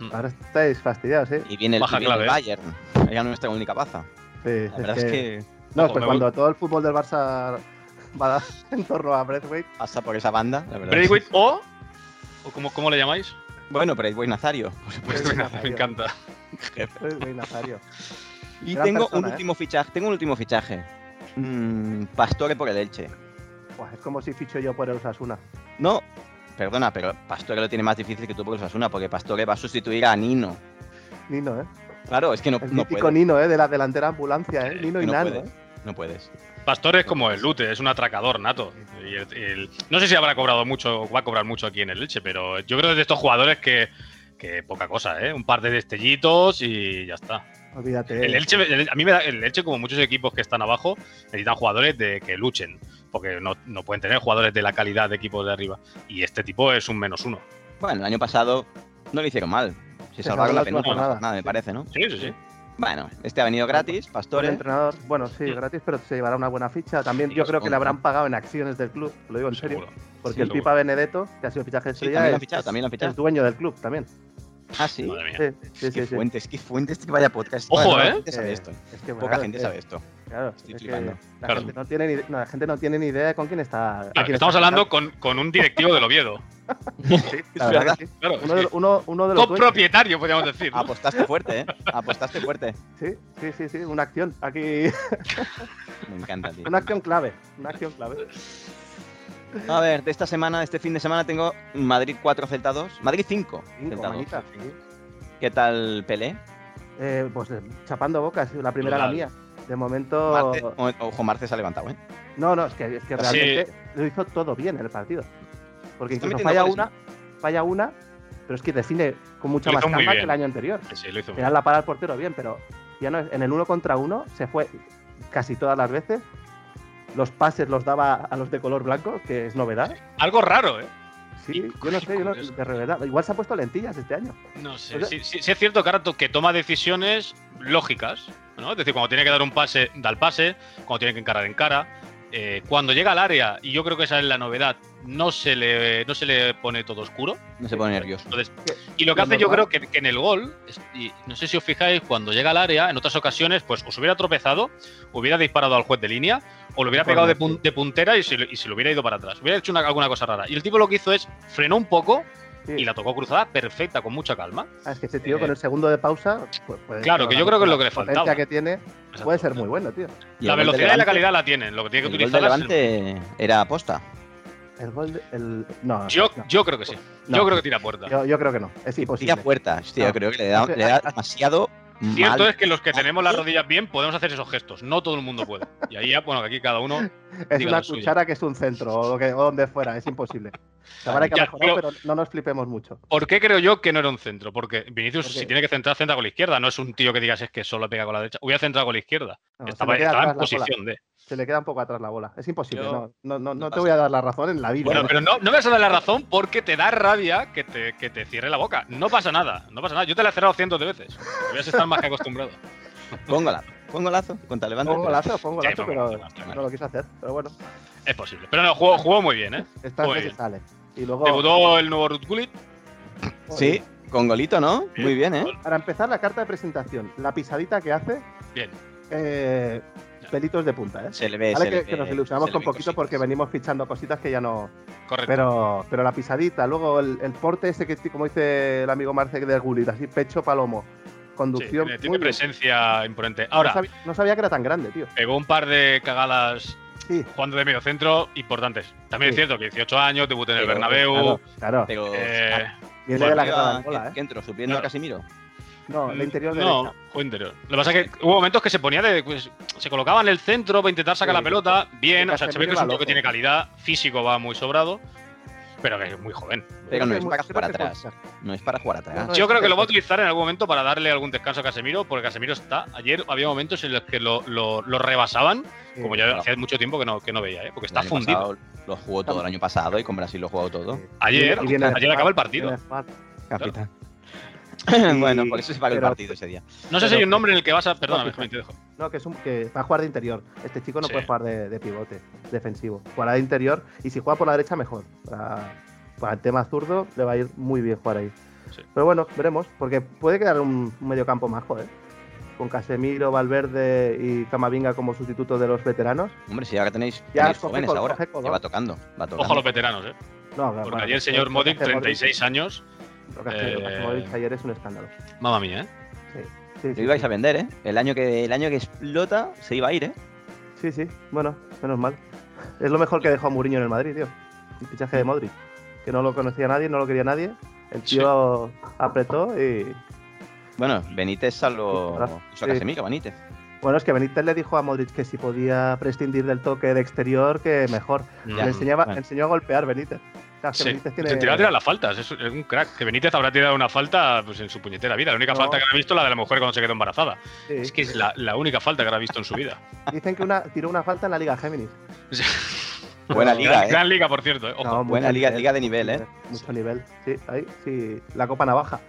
[SPEAKER 4] Mm.
[SPEAKER 3] Ahora estáis fastidiados, ¿eh?
[SPEAKER 1] Y viene el,
[SPEAKER 4] Baja
[SPEAKER 1] y viene el
[SPEAKER 4] clave, ¿eh?
[SPEAKER 1] Bayern. Era nuestra única baza.
[SPEAKER 3] Sí,
[SPEAKER 1] La verdad es que
[SPEAKER 3] No,
[SPEAKER 4] Ojo,
[SPEAKER 3] pues
[SPEAKER 4] me
[SPEAKER 3] cuando todo el fútbol del Barça va a- en torno a Breathwaite,
[SPEAKER 1] pasa por esa banda, la verdad.
[SPEAKER 4] Braithwaite o. o como, ¿Cómo le llamáis?
[SPEAKER 1] Bueno, Braithwaite Nazario. por supuesto.
[SPEAKER 3] Braithwaite
[SPEAKER 4] Pues
[SPEAKER 3] Nazario.
[SPEAKER 4] me, encanta.
[SPEAKER 3] Braithwaite Nazario.
[SPEAKER 1] Y
[SPEAKER 3] Gran
[SPEAKER 1] tengo
[SPEAKER 3] persona,
[SPEAKER 1] un
[SPEAKER 3] ¿eh?
[SPEAKER 1] último fichaje. Tengo un último fichaje. Mm, Pastore por el Elche.
[SPEAKER 3] Buah, es como si ficho yo por el Osasuna.
[SPEAKER 1] No, perdona, pero Pastore lo tiene más difícil que tú por el Osasuna, porque Pastore va a sustituir a Nino.
[SPEAKER 3] Nino, ¿eh?
[SPEAKER 1] Claro, es que no,
[SPEAKER 3] El
[SPEAKER 1] no
[SPEAKER 3] mítico
[SPEAKER 1] puedes.
[SPEAKER 3] Nino, ¿eh? De la delantera ambulancia, ¿eh?
[SPEAKER 4] Eh,
[SPEAKER 3] Nino y
[SPEAKER 1] no
[SPEAKER 3] Nano,
[SPEAKER 1] puedes.
[SPEAKER 3] ¿eh?
[SPEAKER 1] No puedes.
[SPEAKER 4] Pastor es como el Lute, es un atracador nato. Y el- el- no sé si habrá cobrado mucho, o va a cobrar mucho aquí en el Leche, pero yo creo que es de estos jugadores que, que poca cosa, ¿eh? Un par de destellitos y ya está.
[SPEAKER 3] Olvídate.
[SPEAKER 4] El Elche, el- a mí me da el Elche, como muchos equipos que están abajo, necesitan jugadores de que luchen, porque no, no pueden tener jugadores de la calidad de equipos de arriba. Y este tipo es un menos uno.
[SPEAKER 1] Bueno, el año pasado no lo hicieron mal. Se
[SPEAKER 3] Se
[SPEAKER 1] salvaron
[SPEAKER 3] salvaron
[SPEAKER 1] la
[SPEAKER 3] la
[SPEAKER 1] penúltima
[SPEAKER 3] jornada,
[SPEAKER 1] jornada, me
[SPEAKER 3] sí.
[SPEAKER 1] parece, ¿no?
[SPEAKER 4] Sí, sí, sí.
[SPEAKER 1] Bueno, este ha venido gratis,
[SPEAKER 3] Buen
[SPEAKER 1] Pastore.
[SPEAKER 3] entrenador, bueno, sí, gratis, pero se llevará una buena ficha. También
[SPEAKER 4] Sí,
[SPEAKER 3] yo creo que
[SPEAKER 1] supongo.
[SPEAKER 3] le habrán pagado en acciones del club, te lo digo en serio.
[SPEAKER 4] seguro.
[SPEAKER 3] Porque
[SPEAKER 4] Sí,
[SPEAKER 3] el
[SPEAKER 4] seguro.
[SPEAKER 3] Pipa Benedetto, que ha sido fichaje
[SPEAKER 1] Sí,
[SPEAKER 3] estrella,
[SPEAKER 1] también lo han
[SPEAKER 3] es-
[SPEAKER 1] fichado, también lo han
[SPEAKER 3] es
[SPEAKER 1] fichado.
[SPEAKER 3] dueño del club también.
[SPEAKER 1] Ah, sí.
[SPEAKER 4] Madre mía.
[SPEAKER 3] Sí, Eh, sí,
[SPEAKER 1] qué
[SPEAKER 3] sí, sí.
[SPEAKER 1] fuentes, qué fuentes que vaya podcast.
[SPEAKER 4] Ojo,
[SPEAKER 1] Bueno,
[SPEAKER 4] ¿eh?
[SPEAKER 1] poca gente sabe esto.
[SPEAKER 3] Es que,
[SPEAKER 1] Poca
[SPEAKER 3] bueno,
[SPEAKER 1] gente
[SPEAKER 3] es-
[SPEAKER 1] sabe esto.
[SPEAKER 3] Claro,
[SPEAKER 1] Estoy
[SPEAKER 3] es que
[SPEAKER 1] flipando.
[SPEAKER 3] la,
[SPEAKER 4] Claro.
[SPEAKER 3] gente no tiene ni, no, la gente no tiene ni idea de con quién está. a
[SPEAKER 4] Claro,
[SPEAKER 3] quién
[SPEAKER 4] estamos
[SPEAKER 3] está
[SPEAKER 4] hablando con, con un directivo del Oviedo.
[SPEAKER 3] fichando. Sí, la verdad que sí.
[SPEAKER 4] Claro,
[SPEAKER 3] Uno de,
[SPEAKER 4] es
[SPEAKER 3] lo- uno, uno de
[SPEAKER 4] que
[SPEAKER 3] los dueños. Ah,
[SPEAKER 4] copropietario, podríamos decir. ¿no?
[SPEAKER 1] Apostaste fuerte, ¿eh? Apostaste fuerte.
[SPEAKER 3] Sí, sí, sí, sí, una acción. Aquí,
[SPEAKER 1] Me encanta, tío.
[SPEAKER 3] una acción clave. Una acción clave.
[SPEAKER 1] A ver, de esta semana, de este fin de semana, tengo Madrid 4 Celta 2. Madrid 5.
[SPEAKER 3] Cinco,
[SPEAKER 1] Celta 2.
[SPEAKER 3] manita, sí.
[SPEAKER 1] ¿Qué tal Pelé?
[SPEAKER 3] Eh, pues eh, chapando bocas, la primera la
[SPEAKER 4] Total.
[SPEAKER 3] mía. De momento.
[SPEAKER 1] Marce- o- ojo, Marce se ha levantado, ¿eh?
[SPEAKER 3] No, no, es que, es que
[SPEAKER 4] Sí.
[SPEAKER 3] realmente lo hizo todo bien en el partido. Porque
[SPEAKER 1] Está metiendo
[SPEAKER 3] incluso falla
[SPEAKER 1] goles,
[SPEAKER 3] una, falla una, pero es que define con mucha
[SPEAKER 4] Lo
[SPEAKER 3] más
[SPEAKER 4] hizo muy
[SPEAKER 3] calma que
[SPEAKER 4] bien.
[SPEAKER 3] el año anterior.
[SPEAKER 4] Sí, sí, lo hizo
[SPEAKER 3] Al
[SPEAKER 4] muy
[SPEAKER 3] final la para el portero bien, pero ya no es- en el uno contra uno se fue casi todas las veces. Los pases los daba a los de color blanco, que es novedad.
[SPEAKER 4] bien. Algo raro, ¿eh?
[SPEAKER 3] Sí,
[SPEAKER 4] Y-
[SPEAKER 3] yo no sé, yo no- de verdad. Igual se ha puesto lentillas este año.
[SPEAKER 4] No sé.
[SPEAKER 3] O sea-
[SPEAKER 4] sí, sí- sí es cierto que ahora to- que toma decisiones lógicas, ¿no? Es decir, cuando tiene que dar un pase, da el pase, cuando tiene que encarar, encara. Eh, cuando llega al área, y yo creo que esa es la novedad, no se le, no se le pone todo oscuro.
[SPEAKER 1] No se pone nervioso.
[SPEAKER 4] Entonces, y lo que
[SPEAKER 3] Lo
[SPEAKER 4] hace yo
[SPEAKER 3] normal.
[SPEAKER 4] creo que, que en el gol, es- y no sé si os fijáis, cuando llega al área, en otras ocasiones, pues os hubiera tropezado, hubiera disparado al juez de línea, o lo hubiera
[SPEAKER 3] Correcto.
[SPEAKER 4] pegado de, pun- de puntera y se, lo- y se lo hubiera ido para atrás. Hubiera hecho una- alguna cosa rara. Y el tipo lo que hizo es frenó un poco
[SPEAKER 3] Sí.
[SPEAKER 4] y la tocó cruzada perfecta, con mucha calma.
[SPEAKER 3] Ah, es que ese tío
[SPEAKER 4] Eh,
[SPEAKER 3] con el segundo de pausa. pues, puede-
[SPEAKER 4] claro, que
[SPEAKER 3] la-
[SPEAKER 4] yo creo que es lo que le
[SPEAKER 3] la
[SPEAKER 4] faltaba.
[SPEAKER 3] potencia que tiene puede ser muy bueno, tío.
[SPEAKER 1] Y
[SPEAKER 4] la
[SPEAKER 1] el gol de
[SPEAKER 4] velocidad y la
[SPEAKER 1] Levante-
[SPEAKER 4] calidad la tienen, lo que tiene
[SPEAKER 1] El
[SPEAKER 4] que
[SPEAKER 1] gol de
[SPEAKER 4] utilizar
[SPEAKER 1] Levante era aposta.
[SPEAKER 3] El gol. de- el- no,
[SPEAKER 4] Yo,
[SPEAKER 3] no,
[SPEAKER 4] yo creo que sí.
[SPEAKER 3] no.
[SPEAKER 4] Yo creo que tira puerta.
[SPEAKER 3] Yo, yo creo que no. Es imposible.
[SPEAKER 1] Tira puerta. Hostia,
[SPEAKER 3] No.
[SPEAKER 1] creo que le da, le da demasiado mal.
[SPEAKER 4] Cierto eh. es que los que tenemos las rodillas bien podemos hacer esos gestos. No todo el mundo puede. Y ahí ya, bueno, que aquí cada uno.
[SPEAKER 3] Es
[SPEAKER 4] Diga
[SPEAKER 3] una
[SPEAKER 4] lo suyo.
[SPEAKER 3] cuchara que es un centro o, lo que- o donde fuera, es imposible. La verdad que ha
[SPEAKER 4] Ya,
[SPEAKER 3] mejorado,
[SPEAKER 4] pero-
[SPEAKER 3] pero no nos flipemos mucho.
[SPEAKER 4] ¿Por qué creo yo que no era un centro? Porque Vinicius,
[SPEAKER 3] ¿Por qué?
[SPEAKER 4] si tiene que centrar, centra con la izquierda. No es un tío que digas es que solo pega con la derecha. Hubiera centrado con la izquierda.
[SPEAKER 3] No, se,
[SPEAKER 4] estaba
[SPEAKER 3] le queda
[SPEAKER 4] estaba en
[SPEAKER 3] atrás la bola.
[SPEAKER 4] posición de.
[SPEAKER 3] se le queda un poco atrás la bola. Es imposible.
[SPEAKER 1] Yo-
[SPEAKER 3] no, no, no, no
[SPEAKER 1] no
[SPEAKER 3] te
[SPEAKER 1] pasa.
[SPEAKER 3] voy a dar la razón en la vida.
[SPEAKER 4] Bueno,
[SPEAKER 3] ¿no?
[SPEAKER 4] pero no, no me vas a dar la razón porque te da rabia que te, que te cierre la boca. No pasa nada, no pasa nada. Yo te la he cerrado cientos de veces. Deberías estar más que acostumbrado.
[SPEAKER 1] Pongo lazo. Pongo lazo contra Levante.
[SPEAKER 3] Pongo golazo, pongo
[SPEAKER 4] Sí,
[SPEAKER 3] golazo,
[SPEAKER 4] pongo
[SPEAKER 3] pero
[SPEAKER 4] golazo, claro.
[SPEAKER 3] no lo quise hacer. Pero bueno,
[SPEAKER 4] Es posible. Pero no, jugó, jugó muy bien, ¿eh?
[SPEAKER 3] esta
[SPEAKER 4] Muy
[SPEAKER 3] vez
[SPEAKER 4] bien.
[SPEAKER 3] sale. Y luego,
[SPEAKER 4] Debutó el nuevo Ruth Gullit.
[SPEAKER 1] Sí, con golito, ¿no?
[SPEAKER 4] Bien.
[SPEAKER 1] Muy bien, ¿eh?
[SPEAKER 3] para empezar la carta de presentación, la pisadita que hace,
[SPEAKER 4] Bien.
[SPEAKER 3] eh, pelitos de punta, ¿eh?
[SPEAKER 1] Se le ve.
[SPEAKER 3] Vale
[SPEAKER 1] se
[SPEAKER 3] que,
[SPEAKER 1] le
[SPEAKER 3] que nos
[SPEAKER 1] ve-
[SPEAKER 3] ilusionamos
[SPEAKER 1] se le
[SPEAKER 3] con
[SPEAKER 1] ven
[SPEAKER 3] poquito
[SPEAKER 1] cositas.
[SPEAKER 3] porque venimos fichando cositas que ya no,
[SPEAKER 4] Correcto.
[SPEAKER 3] Pero, pero la pisadita, luego el, el porte ese que, ti- como dice el amigo Marce de Gulit, así pecho palomo,
[SPEAKER 4] Sí,
[SPEAKER 3] conducción.
[SPEAKER 4] tiene,
[SPEAKER 3] muy
[SPEAKER 4] tiene
[SPEAKER 3] bien.
[SPEAKER 4] presencia imponente.
[SPEAKER 3] no,
[SPEAKER 4] Ahora,
[SPEAKER 3] sabía, no sabía que era tan grande, tío.
[SPEAKER 4] pegó un par de cagadas
[SPEAKER 3] Sí.
[SPEAKER 4] jugando de medio centro importantes. También es
[SPEAKER 3] Sí.
[SPEAKER 4] cierto que 18 años, debutó en el
[SPEAKER 1] Pero,
[SPEAKER 4] Bernabéu.
[SPEAKER 3] Claro, claro.
[SPEAKER 1] Pero.
[SPEAKER 4] eh,
[SPEAKER 3] Viene
[SPEAKER 4] bueno,
[SPEAKER 3] de la
[SPEAKER 1] arriba,
[SPEAKER 3] grada de bola,
[SPEAKER 1] ¿qué
[SPEAKER 3] ¿eh?
[SPEAKER 1] entro? ¿Supliendo a
[SPEAKER 4] Claro.
[SPEAKER 1] Casimiro?
[SPEAKER 3] No, el interior de
[SPEAKER 4] Mm, No, juego interior. Lo que pasa es que hubo momentos que se ponía de. pues, se colocaba en el centro para intentar sacar
[SPEAKER 3] Sí.
[SPEAKER 4] la pelota. Bien,
[SPEAKER 3] Sí,
[SPEAKER 4] o sea, se ve
[SPEAKER 3] Casemiro
[SPEAKER 4] que es
[SPEAKER 3] va
[SPEAKER 4] un tío
[SPEAKER 3] loco.
[SPEAKER 4] que tiene calidad, físico va muy sobrado, pero que es muy joven.
[SPEAKER 1] Pero no es para
[SPEAKER 3] creo
[SPEAKER 1] jugar
[SPEAKER 3] que es
[SPEAKER 1] atrás. No es para jugar atrás.
[SPEAKER 3] No,
[SPEAKER 4] Yo
[SPEAKER 3] es
[SPEAKER 4] creo que lo va a
[SPEAKER 3] perfecto.
[SPEAKER 4] utilizar en algún momento para darle algún descanso a Casemiro, porque Casemiro está. Ayer había momentos en los que lo, lo- lo rebasaban,
[SPEAKER 3] Sí.
[SPEAKER 4] como ya hacía mucho tiempo que no, que no veía, ¿eh? porque
[SPEAKER 1] El
[SPEAKER 4] está
[SPEAKER 1] año
[SPEAKER 4] fundido.
[SPEAKER 1] pasado lo jugó todo el año pasado y con Brasil lo jugó todo.
[SPEAKER 4] Ayer,
[SPEAKER 3] Y viene de
[SPEAKER 4] ayer
[SPEAKER 3] jugar,
[SPEAKER 4] acaba el partido.
[SPEAKER 3] viene de jugar.
[SPEAKER 1] Capitán.
[SPEAKER 3] Y-
[SPEAKER 1] bueno, por eso se paga el
[SPEAKER 3] pero-
[SPEAKER 1] partido ese día.
[SPEAKER 4] No sé si hay
[SPEAKER 3] Pero-
[SPEAKER 4] un nombre en el que vas a. Perdóname,
[SPEAKER 3] No,
[SPEAKER 4] Javi, te dejo.
[SPEAKER 3] No, que, es un, que va a jugar de interior. Este chico no
[SPEAKER 4] Sí.
[SPEAKER 3] puede jugar de, de pivote defensivo. Jugará de interior y si juega por la derecha, mejor. Para, para el tema zurdo, le va a ir muy bien jugar ahí.
[SPEAKER 4] Sí.
[SPEAKER 3] Pero bueno, veremos, porque puede quedar un, un mediocampo más joven. Con Casemiro, Valverde y Camavinga como sustituto de los veteranos.
[SPEAKER 1] Hombre, si ahora tenéis,
[SPEAKER 3] Ya,
[SPEAKER 1] tenéis
[SPEAKER 3] coge
[SPEAKER 1] jóvenes
[SPEAKER 3] color,
[SPEAKER 1] ahora.
[SPEAKER 3] coge color.
[SPEAKER 1] Ya va tocando. Va tocando.
[SPEAKER 4] Ojo a los veteranos, ¿eh?
[SPEAKER 3] No,
[SPEAKER 4] Porque
[SPEAKER 3] bueno,
[SPEAKER 4] ayer el
[SPEAKER 3] lo
[SPEAKER 4] señor
[SPEAKER 3] que
[SPEAKER 4] Modric,
[SPEAKER 3] hace
[SPEAKER 4] 36 años.
[SPEAKER 3] Lo que hace, lo que hace
[SPEAKER 4] eh,
[SPEAKER 3] Modric ayer es un escándalo.
[SPEAKER 4] Mamma mía, ¿eh?
[SPEAKER 3] Sí, sí,
[SPEAKER 1] Lo
[SPEAKER 3] sí,
[SPEAKER 1] ibais
[SPEAKER 3] sí.
[SPEAKER 1] a vender, ¿eh? El año, que, el año que explota se iba a ir, ¿eh?
[SPEAKER 3] Sí, sí, bueno, menos mal. Es lo mejor que dejó Mourinho en el Madrid, tío. El fichaje de Modric. Que no lo conocía nadie, no lo quería nadie. El tío apretó y,
[SPEAKER 1] Bueno, Benítez salvo.
[SPEAKER 3] Ahora,
[SPEAKER 1] Usa
[SPEAKER 3] sí.
[SPEAKER 1] Casemiro, Benítez.
[SPEAKER 3] Bueno, es que Benítez le dijo a Modric que si podía prescindir del toque de exterior, que mejor.
[SPEAKER 4] Mm.
[SPEAKER 1] Ya,
[SPEAKER 3] le enseñaba,
[SPEAKER 1] bueno.
[SPEAKER 3] enseñó a golpear Benítez. Claro, que
[SPEAKER 4] Sí.
[SPEAKER 3] Benítez tiene-
[SPEAKER 4] Te tira- tira las faltas, es es un crack. Que Benítez habrá tirado una falta pues, en su puñetera vida. La única
[SPEAKER 3] No.
[SPEAKER 4] falta que ha visto es la de la mujer cuando se quedó embarazada.
[SPEAKER 3] sí.
[SPEAKER 4] Es que es la, la única falta que ha visto en su vida.
[SPEAKER 3] Dicen que una, tiró una falta en la Liga Géminis.
[SPEAKER 1] Buena
[SPEAKER 3] Pero-
[SPEAKER 1] liga,
[SPEAKER 4] gran,
[SPEAKER 1] ¿eh?
[SPEAKER 4] gran liga, por cierto. eh. Ojo.
[SPEAKER 3] No,
[SPEAKER 1] Buena
[SPEAKER 3] mucho
[SPEAKER 1] liga, liga de nivel, ¿eh?
[SPEAKER 3] Mucho nivel. Sí, ahí, sí. La Copa Navaja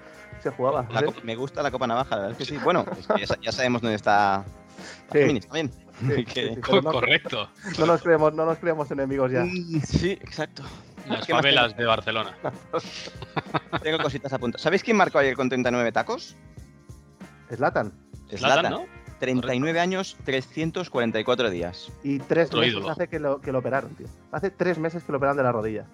[SPEAKER 3] se jugaba. ¿eh?
[SPEAKER 1] La
[SPEAKER 3] sí.
[SPEAKER 1] copa- me gusta la Copa Navaja, la verdad es que sí. Bueno, es que ya, sa- ya sabemos dónde está la
[SPEAKER 3] Sí.
[SPEAKER 1] Géminis también.
[SPEAKER 3] Sí,
[SPEAKER 1] Que-
[SPEAKER 3] sí, sí, pero
[SPEAKER 4] Co-
[SPEAKER 3] no,
[SPEAKER 4] Correcto.
[SPEAKER 3] no nos creemos, no nos creemos enemigos ya.
[SPEAKER 1] Mm, Sí, exacto.
[SPEAKER 4] Las
[SPEAKER 1] ¿Qué más
[SPEAKER 4] favelas de Barcelona.
[SPEAKER 1] tengo? Tengo cositas a punto. ¿Sabéis quién marcó ayer con 39 tacos?
[SPEAKER 3] Zlatan.
[SPEAKER 4] Zlatan,
[SPEAKER 1] Zlatan.
[SPEAKER 4] ¿no?
[SPEAKER 1] 39 años, 344 días.
[SPEAKER 3] Y tres
[SPEAKER 4] Otro
[SPEAKER 3] meses
[SPEAKER 4] ídolo.
[SPEAKER 3] hace que lo, que lo operaron, tío. Hace tres meses que lo operaron de la rodilla.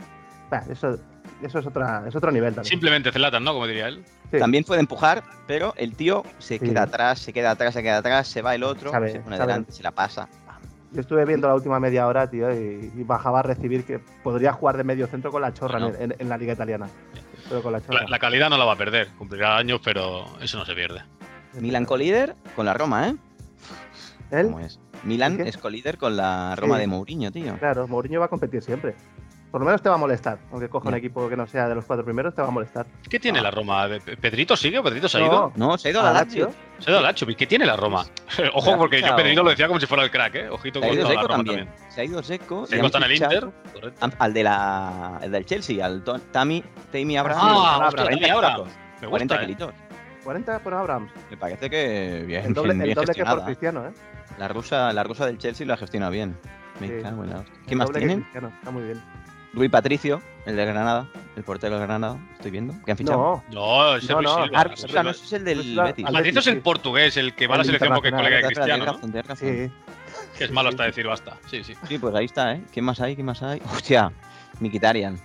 [SPEAKER 3] Bah, eso, eso es, otra, es otro nivel también.
[SPEAKER 4] Simplemente Zlatan, ¿no? Como diría él.
[SPEAKER 3] Sí.
[SPEAKER 1] También puede empujar, pero el tío se
[SPEAKER 3] Sí.
[SPEAKER 1] queda atrás, se queda atrás, se queda atrás, se va el otro,
[SPEAKER 3] Sabe-
[SPEAKER 1] se pone
[SPEAKER 3] sabe.
[SPEAKER 1] adelante, se la pasa.
[SPEAKER 3] Yo estuve viendo la última media hora, tío, y, y bajaba a recibir que podría jugar de medio centro con la chorra
[SPEAKER 4] Bueno.
[SPEAKER 3] en, en- en la liga italiana. Pero con la chorra.
[SPEAKER 4] La, la calidad no la va a perder. Cumplirá años, pero eso no se pierde.
[SPEAKER 1] Milan colíder con la Roma, ¿eh?
[SPEAKER 3] Él,
[SPEAKER 1] ¿Cómo es? Milan
[SPEAKER 3] ¿Qué?
[SPEAKER 1] es colíder con la Roma
[SPEAKER 3] Sí.
[SPEAKER 1] de Mourinho, tío.
[SPEAKER 3] claro, Mourinho va a competir siempre. Por lo menos te va a molestar. Aunque coja un
[SPEAKER 1] Ya.
[SPEAKER 3] equipo que no sea de los cuatro primeros, te va a molestar.
[SPEAKER 4] ¿Qué tiene la Roma? ¿Pe- ¿Pedrito sigue? ¿Pedrito se ha
[SPEAKER 3] No,
[SPEAKER 4] ido?
[SPEAKER 1] No, se ha ido a la
[SPEAKER 3] Ah,
[SPEAKER 1] Lazio.
[SPEAKER 4] Se ha ido a Lacho. ¿Qué tiene la Roma? Ojo, porque yo
[SPEAKER 1] fichado.
[SPEAKER 4] Pedrito lo decía como si fuera el crack, ¿eh? Ojito
[SPEAKER 1] Se ha
[SPEAKER 4] con
[SPEAKER 1] ido
[SPEAKER 4] la
[SPEAKER 1] Seco
[SPEAKER 4] Roma
[SPEAKER 1] también.
[SPEAKER 4] también.
[SPEAKER 1] Se ha ido Seco. y
[SPEAKER 4] Se
[SPEAKER 1] han
[SPEAKER 4] consta en el
[SPEAKER 1] fichado
[SPEAKER 4] Inter. Correcto.
[SPEAKER 1] a- Al de la, el del Chelsea, al Tom- Tami, Tammy Abraham.
[SPEAKER 4] Ah,
[SPEAKER 3] Abraham,
[SPEAKER 4] hostia, Dani, ahora. Me
[SPEAKER 1] 40
[SPEAKER 4] gusta. ¿eh?
[SPEAKER 1] kilitos.
[SPEAKER 3] 40 por Abrams.
[SPEAKER 1] Me parece que bien,
[SPEAKER 3] El doble,
[SPEAKER 1] bien
[SPEAKER 3] el doble que
[SPEAKER 1] gestionada.
[SPEAKER 3] por Cristiano, ¿eh?
[SPEAKER 1] La rusa, la rusa del Chelsea lo ha gestionado bien. Me
[SPEAKER 3] Sí.
[SPEAKER 1] cago en la hostia. ¿Qué
[SPEAKER 3] El
[SPEAKER 1] más
[SPEAKER 3] doble que
[SPEAKER 1] tienen?
[SPEAKER 3] Cristiano, Está muy bien.
[SPEAKER 1] Rui Patricio, el de Granada, el portero de Granada, estoy viendo. ¿Qué han fichado?
[SPEAKER 3] No,
[SPEAKER 4] No, ese
[SPEAKER 3] No,
[SPEAKER 4] Luis
[SPEAKER 3] no,
[SPEAKER 4] Silva.
[SPEAKER 1] Ah,
[SPEAKER 4] Ese
[SPEAKER 1] o sea, no, ese es el
[SPEAKER 4] pues
[SPEAKER 1] del
[SPEAKER 3] Luis Silva-
[SPEAKER 1] Betis.
[SPEAKER 3] al-
[SPEAKER 4] Maldito es el
[SPEAKER 3] Sí.
[SPEAKER 4] portugués, el que va a la
[SPEAKER 3] El
[SPEAKER 4] selección porque es
[SPEAKER 3] internacional,
[SPEAKER 4] colega de
[SPEAKER 1] Tienes razón,
[SPEAKER 4] Cristiano,
[SPEAKER 1] tienes
[SPEAKER 4] ¿no?
[SPEAKER 1] razón, tienes razón.
[SPEAKER 3] sí.
[SPEAKER 4] Que es
[SPEAKER 3] Sí,
[SPEAKER 4] malo
[SPEAKER 3] sí,
[SPEAKER 4] hasta
[SPEAKER 3] sí.
[SPEAKER 4] decir basta. Sí, sí.
[SPEAKER 1] Sí, pues ahí está, ¿eh? ¿Qué más hay? ¿Qué más hay? Hostia, Mikitarian.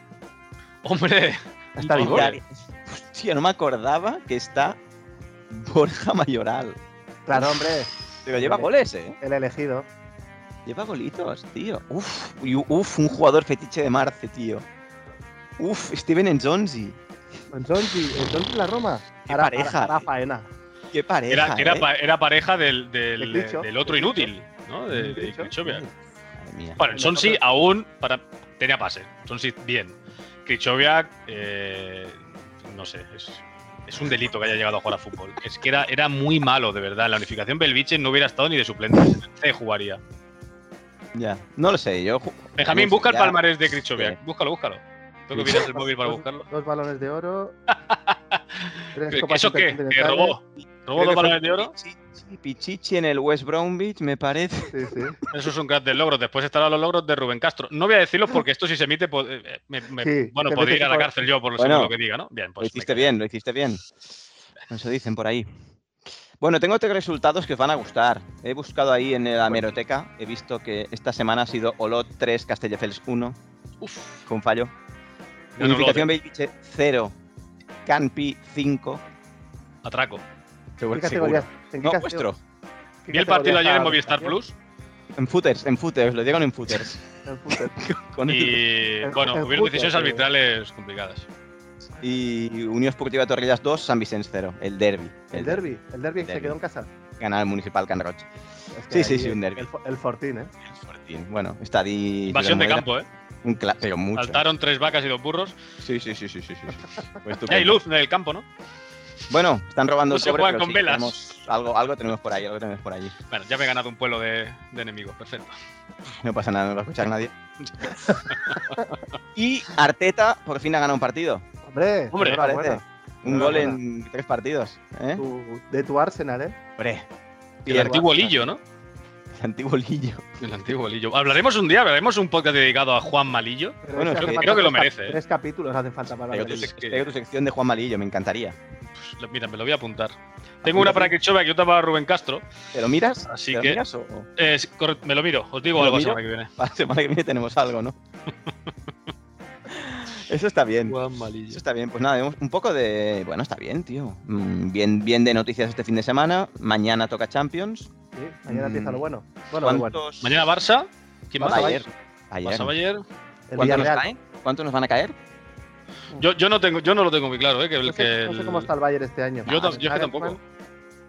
[SPEAKER 4] Hombre,
[SPEAKER 3] Está
[SPEAKER 4] Vigor.
[SPEAKER 3] vigor.
[SPEAKER 1] Mkhitaryan. Hostia, no me acordaba que está Borja Mayoral.
[SPEAKER 3] Claro, hombre.
[SPEAKER 1] Pero lleva goles, ¿eh?
[SPEAKER 3] El elegido.
[SPEAKER 1] Lleva golitos, tío. Uf, y uf, un jugador fetiche de Marce, tío. Uf, Steven Jonesy.
[SPEAKER 3] Entonces, entonces la Roma.
[SPEAKER 1] Qué pareja,
[SPEAKER 3] hará
[SPEAKER 1] eh.
[SPEAKER 3] faena.
[SPEAKER 1] Qué pareja,
[SPEAKER 4] era, era,
[SPEAKER 1] ¿eh?
[SPEAKER 4] pa- era pareja del, del,
[SPEAKER 3] De Klicho.
[SPEAKER 4] del otro
[SPEAKER 3] De Klicho.
[SPEAKER 4] inútil, ¿no? De, de
[SPEAKER 3] Klicho.
[SPEAKER 4] Krichovia.
[SPEAKER 1] Madre mía.
[SPEAKER 4] Bueno, el Sonsi aún para, tenía pase. Sonsi bien. Krichovia, eh, no sé, es, es un delito que haya llegado a jugar a fútbol. Es que era, era muy malo, de verdad. En la unificación Belviche no hubiera estado ni de suplente. C jugaría.
[SPEAKER 1] Ya, no lo sé, yo... ju-
[SPEAKER 4] Benjamín,
[SPEAKER 1] no sé,
[SPEAKER 4] busca el
[SPEAKER 1] ya-
[SPEAKER 4] palmarés de Krichovia.
[SPEAKER 1] Sí.
[SPEAKER 4] Búscalo, búscalo. Tú que
[SPEAKER 1] Sí.
[SPEAKER 4] miras el móvil para
[SPEAKER 3] Dos-
[SPEAKER 4] buscarlo.
[SPEAKER 3] Dos balones de oro. tres
[SPEAKER 4] ¿Qué-
[SPEAKER 3] copas
[SPEAKER 4] ¿Eso qué? ¿Que
[SPEAKER 3] intercontinentales.
[SPEAKER 4] robó? ¿Robó
[SPEAKER 3] Creo que
[SPEAKER 4] dos
[SPEAKER 3] fue
[SPEAKER 4] balones de oro? Pues
[SPEAKER 1] Pichichi, Pichichi en el West Bromwich, me parece.
[SPEAKER 3] Sí, sí.
[SPEAKER 4] Eso es un crack de logros. Después estarán los logros de Rubén Castro. No voy a decirlos porque esto si se emite, po- eh, eh, me- me-
[SPEAKER 3] Sí,
[SPEAKER 4] bueno,
[SPEAKER 3] te
[SPEAKER 4] podría ir a la
[SPEAKER 3] metes por-
[SPEAKER 4] cárcel yo por lo-
[SPEAKER 1] Bueno,
[SPEAKER 4] según lo que diga, ¿no? Bien, pues.
[SPEAKER 1] lo
[SPEAKER 4] me
[SPEAKER 1] hiciste
[SPEAKER 4] callo.
[SPEAKER 1] bien, lo hiciste bien. Eso dicen por ahí. Bueno, tengo tres resultados que os van a gustar. He buscado ahí en la meroteca, he visto que esta semana ha sido Olot 3, Castelldefels 1,
[SPEAKER 4] Uf,
[SPEAKER 1] fue un fallo.
[SPEAKER 4] Ganó
[SPEAKER 1] Unificación Belviche 0, Canpi 5.
[SPEAKER 4] atraco.
[SPEAKER 3] ¿Qué categorías? ¿En qué
[SPEAKER 1] No,
[SPEAKER 3] cate-
[SPEAKER 1] vuestro.
[SPEAKER 3] qué
[SPEAKER 4] Vi el partido
[SPEAKER 3] categorías
[SPEAKER 4] ayer en
[SPEAKER 3] está
[SPEAKER 4] Movistar
[SPEAKER 3] Roma?
[SPEAKER 4] Plus
[SPEAKER 1] En footers, en footers, lo dieron en footers.
[SPEAKER 3] El fútbol.
[SPEAKER 1] Con el-
[SPEAKER 4] y,
[SPEAKER 3] en-
[SPEAKER 4] bueno,
[SPEAKER 3] en
[SPEAKER 4] hubieron
[SPEAKER 3] fútbol,
[SPEAKER 4] decisiones
[SPEAKER 3] pero-
[SPEAKER 4] arbitrales complicadas.
[SPEAKER 1] Y Unión Esportiva Torrellas 2, San Vicente 0, el derby.
[SPEAKER 3] El derbi, el derbi que se
[SPEAKER 1] derbi.
[SPEAKER 3] quedó en casa.
[SPEAKER 1] Ganar el Municipal Can Roche.
[SPEAKER 3] Es
[SPEAKER 1] Sí,
[SPEAKER 3] ahí
[SPEAKER 1] sí, sí, un derbi.
[SPEAKER 3] El, fo- el Fortín, ¿eh?
[SPEAKER 1] El Fortín. Bueno, está ahí.
[SPEAKER 4] Invasión de campo, ¿eh?
[SPEAKER 1] Un cla- pero mucho.
[SPEAKER 4] Saltaron tres vacas y dos burros.
[SPEAKER 1] Sí, sí, sí, sí, sí. sí, sí. Pues
[SPEAKER 4] Ya hay
[SPEAKER 1] estupendo.
[SPEAKER 4] luz en el campo, ¿no?
[SPEAKER 1] Bueno, están robando
[SPEAKER 4] No se
[SPEAKER 1] sobres,
[SPEAKER 4] juegan
[SPEAKER 1] pero
[SPEAKER 4] con
[SPEAKER 1] sí,
[SPEAKER 4] velas.
[SPEAKER 1] tenemos- algo, algo tenemos por ahí, algo tenemos por allí.
[SPEAKER 4] Bueno, ya me he ganado un pueblo de, de enemigos. Perfecto.
[SPEAKER 1] No pasa nada, no va a escuchar nadie. y Arteta por fin ha ganado un partido.
[SPEAKER 3] Hombre,
[SPEAKER 4] Hombre,
[SPEAKER 3] enhorabuena.
[SPEAKER 1] Un
[SPEAKER 3] Enhorabuena.
[SPEAKER 1] gol en tres partidos. ¿eh?
[SPEAKER 3] Tu- de tu Arsenal, ¿eh?
[SPEAKER 1] Hombre.
[SPEAKER 4] El antiguo Lillo, ¿no?
[SPEAKER 1] El antiguo Lillo.
[SPEAKER 4] El antiguo Lillo. Hablaremos un día, hablaremos un podcast dedicado a Juan Malillo.
[SPEAKER 3] Pero
[SPEAKER 1] Bueno,
[SPEAKER 3] es
[SPEAKER 1] creo-
[SPEAKER 3] hace
[SPEAKER 4] creo
[SPEAKER 3] falta
[SPEAKER 4] que lo merece, ¿eh?
[SPEAKER 3] Tres capítulos hacen falta para
[SPEAKER 1] Espero
[SPEAKER 3] hablar
[SPEAKER 1] tu,
[SPEAKER 3] de
[SPEAKER 4] es
[SPEAKER 1] sec-
[SPEAKER 4] que-
[SPEAKER 1] espero tu sección de Juan Malillo, me encantaría.
[SPEAKER 4] Pues, lo- mira, me lo voy a apuntar. Tengo una para Kirchhoff y otra para Rubén Castro.
[SPEAKER 1] ¿Te lo miras?
[SPEAKER 4] Así
[SPEAKER 1] ¿Te lo
[SPEAKER 4] que-
[SPEAKER 1] miras o- o
[SPEAKER 4] Eh, sí, correcto, me lo miro, os digo
[SPEAKER 1] ¿Me lo
[SPEAKER 4] algo la
[SPEAKER 1] miro?
[SPEAKER 4] semana que viene.
[SPEAKER 1] para la semana que viene tenemos algo, no? Eso está bien.
[SPEAKER 4] Juan
[SPEAKER 1] Eso
[SPEAKER 4] Malillo.
[SPEAKER 1] está bien, pues nada, vemos un poco de. Bueno, está bien, tío. Mm, Bien, bien de noticias este fin de semana. Mañana toca Champions.
[SPEAKER 3] Sí, mañana empieza lo bueno. Bueno, lo bueno.
[SPEAKER 1] ¿Cuántos.
[SPEAKER 4] Mañana Barça. ¿Quién más?
[SPEAKER 1] Barça, ayer. Ayer.
[SPEAKER 4] Barça Bayern.
[SPEAKER 3] El
[SPEAKER 1] ¿Cuánto nos
[SPEAKER 3] Villarreal.
[SPEAKER 1] caen? ¿Cuántos nos van a caer?
[SPEAKER 4] Yo, yo, no tengo, yo no lo tengo muy claro, ¿eh? Que, el-
[SPEAKER 3] No
[SPEAKER 4] que
[SPEAKER 3] sé, no sé
[SPEAKER 4] el-
[SPEAKER 3] cómo está el Bayern este año.
[SPEAKER 4] Yo, ta- yo es que
[SPEAKER 3] Nagelsmann,
[SPEAKER 4] tampoco.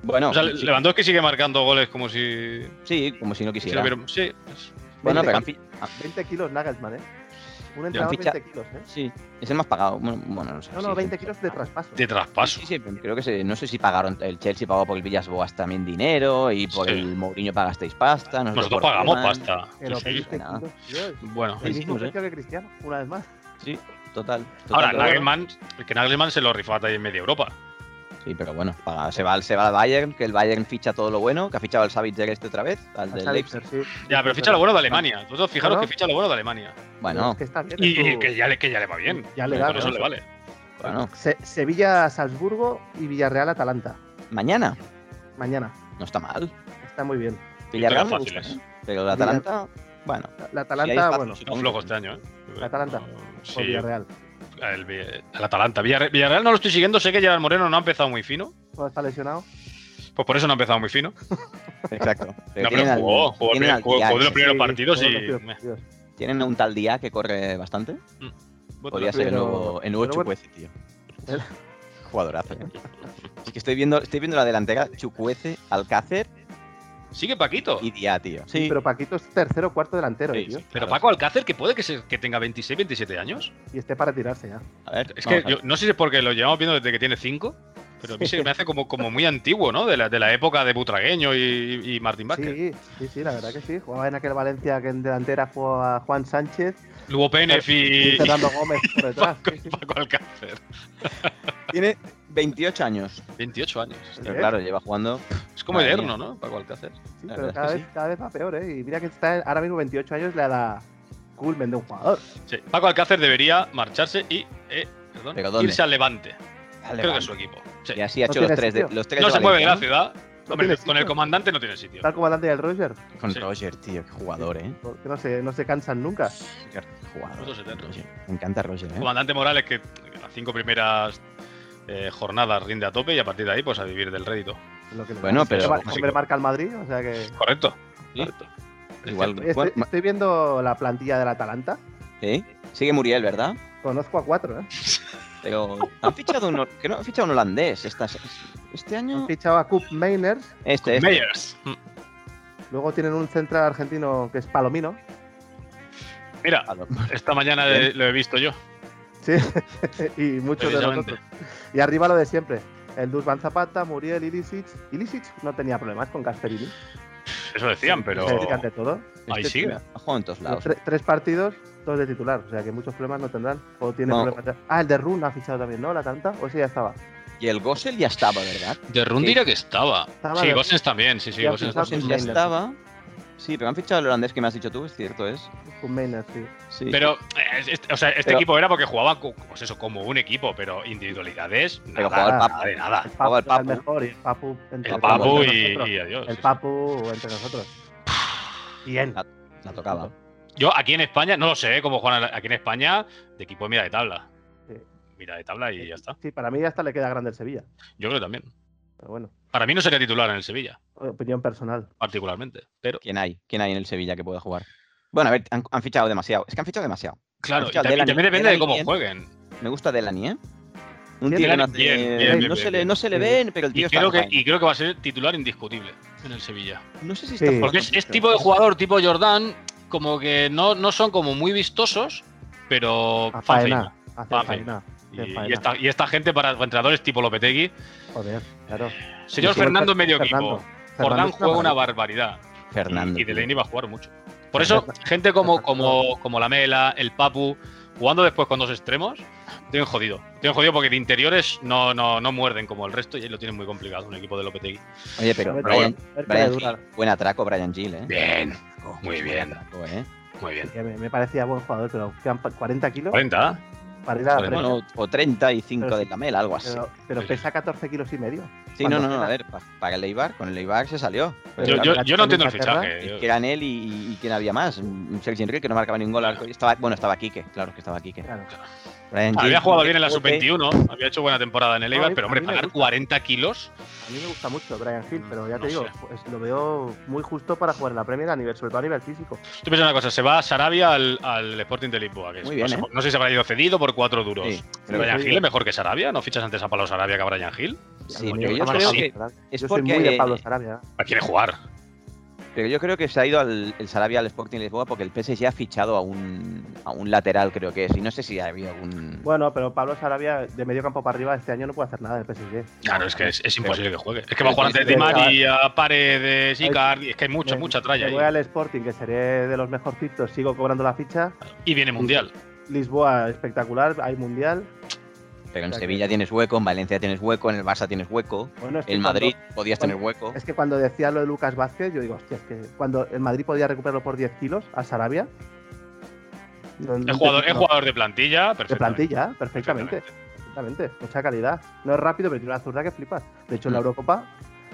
[SPEAKER 1] Bueno,
[SPEAKER 4] o sea,
[SPEAKER 1] sí,
[SPEAKER 4] Lewandowski sigue marcando goles como si.
[SPEAKER 1] sí, como si no
[SPEAKER 4] si lo
[SPEAKER 1] quisiera.
[SPEAKER 4] hubiera- sí, es-
[SPEAKER 1] Bueno,
[SPEAKER 3] 20
[SPEAKER 1] pero ah, han
[SPEAKER 3] kilos.
[SPEAKER 1] fi- han-
[SPEAKER 3] 20 kilos Nagelsmann, ¿eh? Un entrenador
[SPEAKER 1] ficha-
[SPEAKER 3] 20 kilos, ¿eh?
[SPEAKER 1] sí, es el más pagado. Bueno, bueno, no sé.
[SPEAKER 3] No,
[SPEAKER 1] sí,
[SPEAKER 3] no,
[SPEAKER 1] sí.
[SPEAKER 3] 20 kilos de traspaso.
[SPEAKER 4] de traspaso.
[SPEAKER 1] Sí, sí, creo que se- no sé si pagaron, el Chelsea pagó por el Villas-Boas también dinero y por
[SPEAKER 4] Sí.
[SPEAKER 1] el Mourinho pagasteis pasta. no sé
[SPEAKER 4] Nosotros
[SPEAKER 1] por qué
[SPEAKER 4] pagamos
[SPEAKER 1] más.
[SPEAKER 4] pasta.
[SPEAKER 3] Pero
[SPEAKER 4] Sí,
[SPEAKER 3] 20
[SPEAKER 1] nada.
[SPEAKER 3] kilos, tío, es
[SPEAKER 4] Bueno,
[SPEAKER 1] Sí,
[SPEAKER 3] El
[SPEAKER 1] sí,
[SPEAKER 3] mismo
[SPEAKER 1] no sé.
[SPEAKER 3] precio que Cristiano, una vez más.
[SPEAKER 1] Sí, total. total,
[SPEAKER 4] ahora
[SPEAKER 1] pero
[SPEAKER 4] Nagelsmann, que Nagelsmann se lo rifó ahí en media Europa.
[SPEAKER 1] bueno. Sí, pero bueno, paga- se, va, al- se va al Bayern, que el Bayern ficha todo lo bueno, que ha fichado al Savitzer este otra vez, al del
[SPEAKER 3] Al
[SPEAKER 1] Leipzig.
[SPEAKER 3] Leipzig, sí.
[SPEAKER 4] Ya, pero ficha lo bueno de Alemania. Vosotros fijaros
[SPEAKER 3] Bueno.
[SPEAKER 4] que ficha lo bueno de Alemania.
[SPEAKER 1] Bueno,
[SPEAKER 3] Es que está bien,
[SPEAKER 4] Y
[SPEAKER 3] es
[SPEAKER 4] y
[SPEAKER 3] su-
[SPEAKER 4] que ya, le, que ya le va bien.
[SPEAKER 3] Ya le
[SPEAKER 1] da,
[SPEAKER 4] Por eso
[SPEAKER 1] ¿no?
[SPEAKER 4] le vale.
[SPEAKER 1] bueno.
[SPEAKER 3] Se- Sevilla, Salzburgo y Villarreal, Atalanta.
[SPEAKER 1] Mañana,
[SPEAKER 3] Mañana.
[SPEAKER 1] no está mal.
[SPEAKER 3] Está muy bien.
[SPEAKER 1] Villarreal me
[SPEAKER 4] Victorias
[SPEAKER 1] gusta,
[SPEAKER 4] fáciles.
[SPEAKER 1] ¿eh? Pero el Atalanta, bueno.
[SPEAKER 3] La- La
[SPEAKER 1] si hay
[SPEAKER 3] Atalanta,
[SPEAKER 1] espacio,
[SPEAKER 3] bueno,
[SPEAKER 1] si
[SPEAKER 4] Está
[SPEAKER 1] no,
[SPEAKER 4] flojo este año, ¿eh?
[SPEAKER 3] ¿El Atalanta? Pues
[SPEAKER 4] Sí,
[SPEAKER 3] por Villarreal.
[SPEAKER 4] el, Vi- el Atalanta. Villarre- Villarreal no lo estoy siguiendo, sé que Gerard Moreno no ha empezado muy fino.
[SPEAKER 3] Todo está lesionado.
[SPEAKER 4] Pues por eso no ha empezado muy fino.
[SPEAKER 1] Exacto.
[SPEAKER 4] No, pero
[SPEAKER 1] al-
[SPEAKER 4] jugó, jugó,
[SPEAKER 1] tienen al
[SPEAKER 4] jugó-
[SPEAKER 1] Diac,
[SPEAKER 4] jugó de los
[SPEAKER 1] ¿eh?
[SPEAKER 4] primeros
[SPEAKER 3] Sí,
[SPEAKER 4] partidos
[SPEAKER 3] todos
[SPEAKER 4] y.
[SPEAKER 3] los tíos,
[SPEAKER 4] meh,
[SPEAKER 3] tíos.
[SPEAKER 1] Tienen un tal día que corre bastante.
[SPEAKER 4] voto
[SPEAKER 1] Podría
[SPEAKER 4] la
[SPEAKER 1] ser el
[SPEAKER 3] Pero-
[SPEAKER 1] nuevo, el nuevo
[SPEAKER 3] pero bueno.
[SPEAKER 1] Chukwueze, tío. Jugadorazo. ¿eh? Es que estoy viendo, estoy viendo la delantera Chucuece, Alcácer
[SPEAKER 4] Sigue Paquito.
[SPEAKER 1] y Dia, tío.
[SPEAKER 3] Sí, pero Paquito es tercero o cuarto delantero, eh,
[SPEAKER 1] Sí,
[SPEAKER 3] tío.
[SPEAKER 1] sí,
[SPEAKER 4] Pero
[SPEAKER 1] claro.
[SPEAKER 4] Paco Alcácer, que puede que, se- que tenga 26, 27 años.
[SPEAKER 3] Y esté para tirarse ya.
[SPEAKER 1] A ver, vamos
[SPEAKER 4] Es que
[SPEAKER 1] a ver.
[SPEAKER 4] yo no sé si es porque lo llevamos viendo desde que tiene 5, pero a mí se me hace como, como muy antiguo, ¿no? De la, de la época de Butragueño y, y Martín Vázquez.
[SPEAKER 3] Sí, sí, sí, la verdad que sí. Jugaba en aquel Valencia que en delantera jugaba Juan Sánchez
[SPEAKER 4] Lugo Penef y,
[SPEAKER 3] y Fernando Gómez por detrás.
[SPEAKER 4] Paco,
[SPEAKER 3] Sí, sí.
[SPEAKER 4] Paco Alcácer.
[SPEAKER 1] Tiene 28 años.
[SPEAKER 4] 28 años.
[SPEAKER 1] Pero
[SPEAKER 3] ¿Eh?
[SPEAKER 1] claro, lleva jugando.
[SPEAKER 4] Es como
[SPEAKER 1] Madre
[SPEAKER 4] eterno, ¿no? Paco Alcácer.
[SPEAKER 3] Sí,
[SPEAKER 1] La
[SPEAKER 3] pero
[SPEAKER 1] verdad
[SPEAKER 3] cada
[SPEAKER 1] es que
[SPEAKER 3] vez, cada vez va peor, ¿eh? Y mira que está ahora mismo 28 años la edad culmen de un jugador.
[SPEAKER 4] Sí, Paco Alcácer debería marcharse y eh, perdón,
[SPEAKER 1] ¿Pero dónde?
[SPEAKER 4] irse al Levante. Creo que
[SPEAKER 1] Levante.
[SPEAKER 4] es su equipo. Sí.
[SPEAKER 1] Y así ha
[SPEAKER 3] No
[SPEAKER 1] hecho los
[SPEAKER 3] tiene
[SPEAKER 1] tres, de,
[SPEAKER 3] sitio.
[SPEAKER 1] los tres
[SPEAKER 4] No
[SPEAKER 1] de
[SPEAKER 4] se mueve de la
[SPEAKER 1] Valencia,
[SPEAKER 4] ciudad. Hombre,
[SPEAKER 3] tiene
[SPEAKER 4] con el
[SPEAKER 3] sitio.
[SPEAKER 4] comandante no tiene sitio.
[SPEAKER 3] Tal como Dante del Roger,
[SPEAKER 1] ¿no? Con
[SPEAKER 4] Sí.
[SPEAKER 1] Roger, tío. Qué jugador, ¿eh?
[SPEAKER 3] porque no se, no se cansan nunca.
[SPEAKER 1] Qué jugador.
[SPEAKER 4] Nosotros eternos.
[SPEAKER 1] Roger. Me encanta Roger, ¿eh?
[SPEAKER 4] Comandante Morales que las cinco primeras eh, jornadas rinde a tope y a partir de ahí pues a vivir del rédito.
[SPEAKER 3] es lo que le
[SPEAKER 1] Bueno,
[SPEAKER 3] pasa.
[SPEAKER 1] pero-
[SPEAKER 3] Hombre, hombre, marca el Madrid, o sea que.
[SPEAKER 4] Correcto.
[SPEAKER 1] Sí.
[SPEAKER 4] Correcto.
[SPEAKER 1] Igual.
[SPEAKER 3] Estoy, estoy viendo la plantilla del Atalanta.
[SPEAKER 1] ¿Sí? Sigue Muriel, ¿verdad?
[SPEAKER 3] Conozco a cuatro, ¿eh?
[SPEAKER 1] Ah. Pero han fichado un, que no, han fichado un holandés estas- este
[SPEAKER 3] Han
[SPEAKER 1] año.
[SPEAKER 3] fichado a Cup Mainers.
[SPEAKER 1] Este, este.
[SPEAKER 4] Meyers. Mm.
[SPEAKER 3] Luego tienen un central argentino que es Palomino.
[SPEAKER 4] Mira,
[SPEAKER 1] Ah, no.
[SPEAKER 4] esta mañana
[SPEAKER 1] Bien.
[SPEAKER 4] lo he visto yo.
[SPEAKER 3] Sí. y muchos de
[SPEAKER 4] Precisamente.
[SPEAKER 3] nosotros. Y arriba lo de siempre. El Dusvan Zapata, Muriel, Ilisic. Ilisic no tenía problemas con Gasperini.
[SPEAKER 4] Eso decían, pero.
[SPEAKER 3] Se dedican de todo.
[SPEAKER 4] Ahí
[SPEAKER 1] Este,
[SPEAKER 4] sigue.
[SPEAKER 1] tío, Ha jugado en todos lados.
[SPEAKER 3] Tre- tres partidos, dos de titular. O sea que muchos problemas no tendrán. O tiene
[SPEAKER 1] No.
[SPEAKER 3] problemas. de- Ah, el de Run ha fichado también, ¿no? La tanta. O ese ya estaba.
[SPEAKER 1] Y el Gossel ya estaba, ¿verdad?
[SPEAKER 4] De
[SPEAKER 1] Sí.
[SPEAKER 4] Rundira que estaba.
[SPEAKER 3] Estaba
[SPEAKER 4] Sí,
[SPEAKER 3] de-
[SPEAKER 4] Gosens también. Sí, sí,
[SPEAKER 3] Y al
[SPEAKER 4] Gosens
[SPEAKER 3] final
[SPEAKER 4] también.
[SPEAKER 1] Gossel ya
[SPEAKER 3] Mainland.
[SPEAKER 1] estaba. Sí, pero han fichado al holandés que me has dicho tú, es cierto, es.
[SPEAKER 3] Cup Mainers, sí.
[SPEAKER 1] Sí.
[SPEAKER 4] Pero eh, este, o sea, este
[SPEAKER 1] Pero-
[SPEAKER 4] equipo era porque jugaba co- pues eso, como un equipo, pero individualidades, nada,
[SPEAKER 1] jugaba el
[SPEAKER 4] nada
[SPEAKER 1] Papu.
[SPEAKER 4] de nada.
[SPEAKER 1] Jugaba el
[SPEAKER 3] era
[SPEAKER 1] Papu.
[SPEAKER 3] mejor y el Papu entre,
[SPEAKER 4] El Papu
[SPEAKER 3] entre
[SPEAKER 4] y,
[SPEAKER 3] nosotros.
[SPEAKER 4] y adiós. sí,
[SPEAKER 3] El
[SPEAKER 4] sí.
[SPEAKER 3] Papu entre nosotros. Bien.
[SPEAKER 1] Ah, La tocaba.
[SPEAKER 4] Yo aquí en España, no lo sé cómo juegan aquí en España, de equipo de mira de tabla.
[SPEAKER 3] Sí.
[SPEAKER 4] Mira de tabla y ya está.
[SPEAKER 3] Sí, para mí hasta le queda grande el Sevilla.
[SPEAKER 4] Yo creo también.
[SPEAKER 3] Pero bueno,
[SPEAKER 4] Para mí no sería titular en el Sevilla,
[SPEAKER 3] opinión personal.
[SPEAKER 4] particularmente. Pero,
[SPEAKER 1] ¿Quién hay? ¿Quién hay en el Sevilla que pueda jugar? Bueno, a ver, han, han fichado demasiado. Es que han fichado demasiado.
[SPEAKER 4] claro, y
[SPEAKER 1] Hostia,
[SPEAKER 4] también,
[SPEAKER 1] Delaney-
[SPEAKER 4] también depende de
[SPEAKER 1] Delaney
[SPEAKER 4] cómo
[SPEAKER 1] bien.
[SPEAKER 4] jueguen.
[SPEAKER 1] Me gusta Delany, ¿eh? Un tío que
[SPEAKER 3] Bien,
[SPEAKER 1] no,
[SPEAKER 4] Delaney,
[SPEAKER 1] hace-
[SPEAKER 4] bien, bien,
[SPEAKER 1] no
[SPEAKER 4] bien,
[SPEAKER 1] se le,
[SPEAKER 4] bien.
[SPEAKER 1] no se le ven, pero el tío
[SPEAKER 4] Y
[SPEAKER 1] está
[SPEAKER 4] creo, que,
[SPEAKER 1] faena.
[SPEAKER 4] y creo que va a ser titular indiscutible en el Sevilla.
[SPEAKER 1] No sé si está
[SPEAKER 3] Sí.
[SPEAKER 1] jugando
[SPEAKER 4] Porque es, es
[SPEAKER 1] mucho.
[SPEAKER 4] tipo de jugador, tipo Jordán, como que no, no son como muy vistosos, pero
[SPEAKER 3] A
[SPEAKER 4] fácil.
[SPEAKER 3] faena. a hacer
[SPEAKER 4] Fácil.
[SPEAKER 3] faena.
[SPEAKER 4] Y,
[SPEAKER 3] a hacer faena.
[SPEAKER 4] y esta, y esta gente para entrenadores tipo Lopetegui.
[SPEAKER 3] Joder, claro.
[SPEAKER 4] Señor
[SPEAKER 3] Y si no,
[SPEAKER 4] Fernando,
[SPEAKER 3] Fer-
[SPEAKER 4] medio
[SPEAKER 3] Fernando.
[SPEAKER 4] equipo.
[SPEAKER 3] Fernando
[SPEAKER 4] Jordán
[SPEAKER 3] es una
[SPEAKER 4] juega una
[SPEAKER 3] maravilla.
[SPEAKER 4] barbaridad.
[SPEAKER 1] Fernando.
[SPEAKER 4] Y, y
[SPEAKER 1] tío.
[SPEAKER 4] Delaney va a jugar mucho. Por eso, gente como, como, como la Mela, el Papu, jugando después con dos extremos, tienen jodido. Tienen jodido porque de interiores no, no, no muerden como el resto y ahí lo tienen muy complicado un equipo de Lopetegui.
[SPEAKER 1] Oye, pero
[SPEAKER 3] Pero
[SPEAKER 1] Brian,
[SPEAKER 3] bueno, a ver qué
[SPEAKER 1] Brian
[SPEAKER 3] le dura.
[SPEAKER 1] Gil, buen atraco, Brian Gill, ¿eh?
[SPEAKER 4] Bien, muy bien,
[SPEAKER 1] Buen atraco, ¿eh?
[SPEAKER 4] muy bien.
[SPEAKER 3] Que me, me parecía buen jugador, pero quedan pa- 40 kilos
[SPEAKER 4] 40, ¿eh?
[SPEAKER 3] para ir a la
[SPEAKER 4] Bueno,
[SPEAKER 3] prensa.
[SPEAKER 1] Bueno, o 35
[SPEAKER 3] Ah, Pero
[SPEAKER 1] de
[SPEAKER 3] sí.
[SPEAKER 1] la mela, algo así.
[SPEAKER 3] Pero, pero pesa 14 kilos y medio.
[SPEAKER 1] sí, no,
[SPEAKER 3] cuando
[SPEAKER 1] no, no,
[SPEAKER 3] era-
[SPEAKER 1] a ver, pa- para el Eibar, con el Eibar se salió. Pero
[SPEAKER 4] Yo,
[SPEAKER 1] claro,
[SPEAKER 4] yo- yo no entiendo el
[SPEAKER 3] Inglaterra,
[SPEAKER 4] fichaje.
[SPEAKER 1] es
[SPEAKER 4] yo-
[SPEAKER 1] que eran él y, y quién había más. Mm, Sergio Enrique, que no marcaba ningún gol. al arco. Estaba, bueno, estaba Quique, claro que estaba Quique.
[SPEAKER 3] Claro.
[SPEAKER 1] Brian James,
[SPEAKER 4] Ah, Había jugado
[SPEAKER 1] como
[SPEAKER 4] bien en la
[SPEAKER 1] que-
[SPEAKER 4] sub-21, había hecho buena temporada en el
[SPEAKER 3] No, a
[SPEAKER 4] Eibar,
[SPEAKER 3] mí- a
[SPEAKER 4] pero hombre,
[SPEAKER 3] mí me
[SPEAKER 4] pagar
[SPEAKER 3] gusta.
[SPEAKER 4] 40 kilos.
[SPEAKER 3] A mí me gusta mucho Brian Hill, pero ya
[SPEAKER 4] Mm, No
[SPEAKER 3] te digo,
[SPEAKER 4] sé.
[SPEAKER 3] pues, lo veo muy justo para jugar en la Premier, a nivel, sobre todo a nivel físico.
[SPEAKER 4] Tú piensas una cosa, se va Sarabia al, al Sporting de Lisboa, que es-
[SPEAKER 1] Muy bien,
[SPEAKER 4] no, sé,
[SPEAKER 1] ¿eh?
[SPEAKER 4] no sé si habrá ido cedido por cuatro duros.
[SPEAKER 1] Sí, creo que
[SPEAKER 4] Brian
[SPEAKER 3] sí.
[SPEAKER 4] Hill es mejor que Sarabia, ¿no fichas antes a Pablo Sarabia que a Brian Hill?
[SPEAKER 1] sí,
[SPEAKER 3] Algo
[SPEAKER 1] pero
[SPEAKER 3] me
[SPEAKER 1] yo
[SPEAKER 3] llama
[SPEAKER 1] creo
[SPEAKER 3] la
[SPEAKER 1] que
[SPEAKER 3] atención, ¿verdad?
[SPEAKER 1] es
[SPEAKER 3] Yo soy muy
[SPEAKER 1] porque-
[SPEAKER 3] de Pablo Sarabia. ¿eh?
[SPEAKER 4] ¿A quiere jugar?
[SPEAKER 1] Pero yo creo que se ha ido al, el Sarabia al Sporting Lisboa porque el PSG ha fichado a un, a un lateral, creo que es. Y no sé si ha habido algún.
[SPEAKER 3] Bueno, pero Pablo Sarabia de medio campo para arriba este año no puede hacer nada en el PSG.
[SPEAKER 4] Claro, es que es, es imposible que juegue. Es que va
[SPEAKER 1] pero
[SPEAKER 4] a jugar
[SPEAKER 1] tienes
[SPEAKER 4] antes
[SPEAKER 3] que
[SPEAKER 4] de María, Paredes, Icardi, es que hay mucha,
[SPEAKER 3] Me-
[SPEAKER 4] mucha tralla
[SPEAKER 3] me
[SPEAKER 4] ahí.
[SPEAKER 3] voy al Sporting, que seré de los mejorcitos, sigo cobrando la ficha.
[SPEAKER 4] Y viene Mundial.
[SPEAKER 3] Lisboa espectacular, hay mundial.
[SPEAKER 1] pero en
[SPEAKER 3] o sea que-
[SPEAKER 1] Sevilla tienes hueco, en Valencia tienes hueco, en el Barça tienes hueco.
[SPEAKER 3] Bueno, es que
[SPEAKER 1] En
[SPEAKER 3] cuando-
[SPEAKER 1] Madrid podías tener hueco.
[SPEAKER 3] Es que cuando decía lo de Lucas Vázquez, yo digo, hostia, es que cuando el Madrid podía recuperarlo por 10 kilos a Sarabia. no- no
[SPEAKER 4] Es jugador,
[SPEAKER 3] entiendo.
[SPEAKER 4] es jugador de plantilla,
[SPEAKER 3] de
[SPEAKER 4] perfectamente.
[SPEAKER 3] plantilla, perfectamente. Perfectamente, mucha calidad. No es rápido, pero tiene una zurda que flipas. De hecho, en la
[SPEAKER 1] Mm.
[SPEAKER 3] Eurocopa,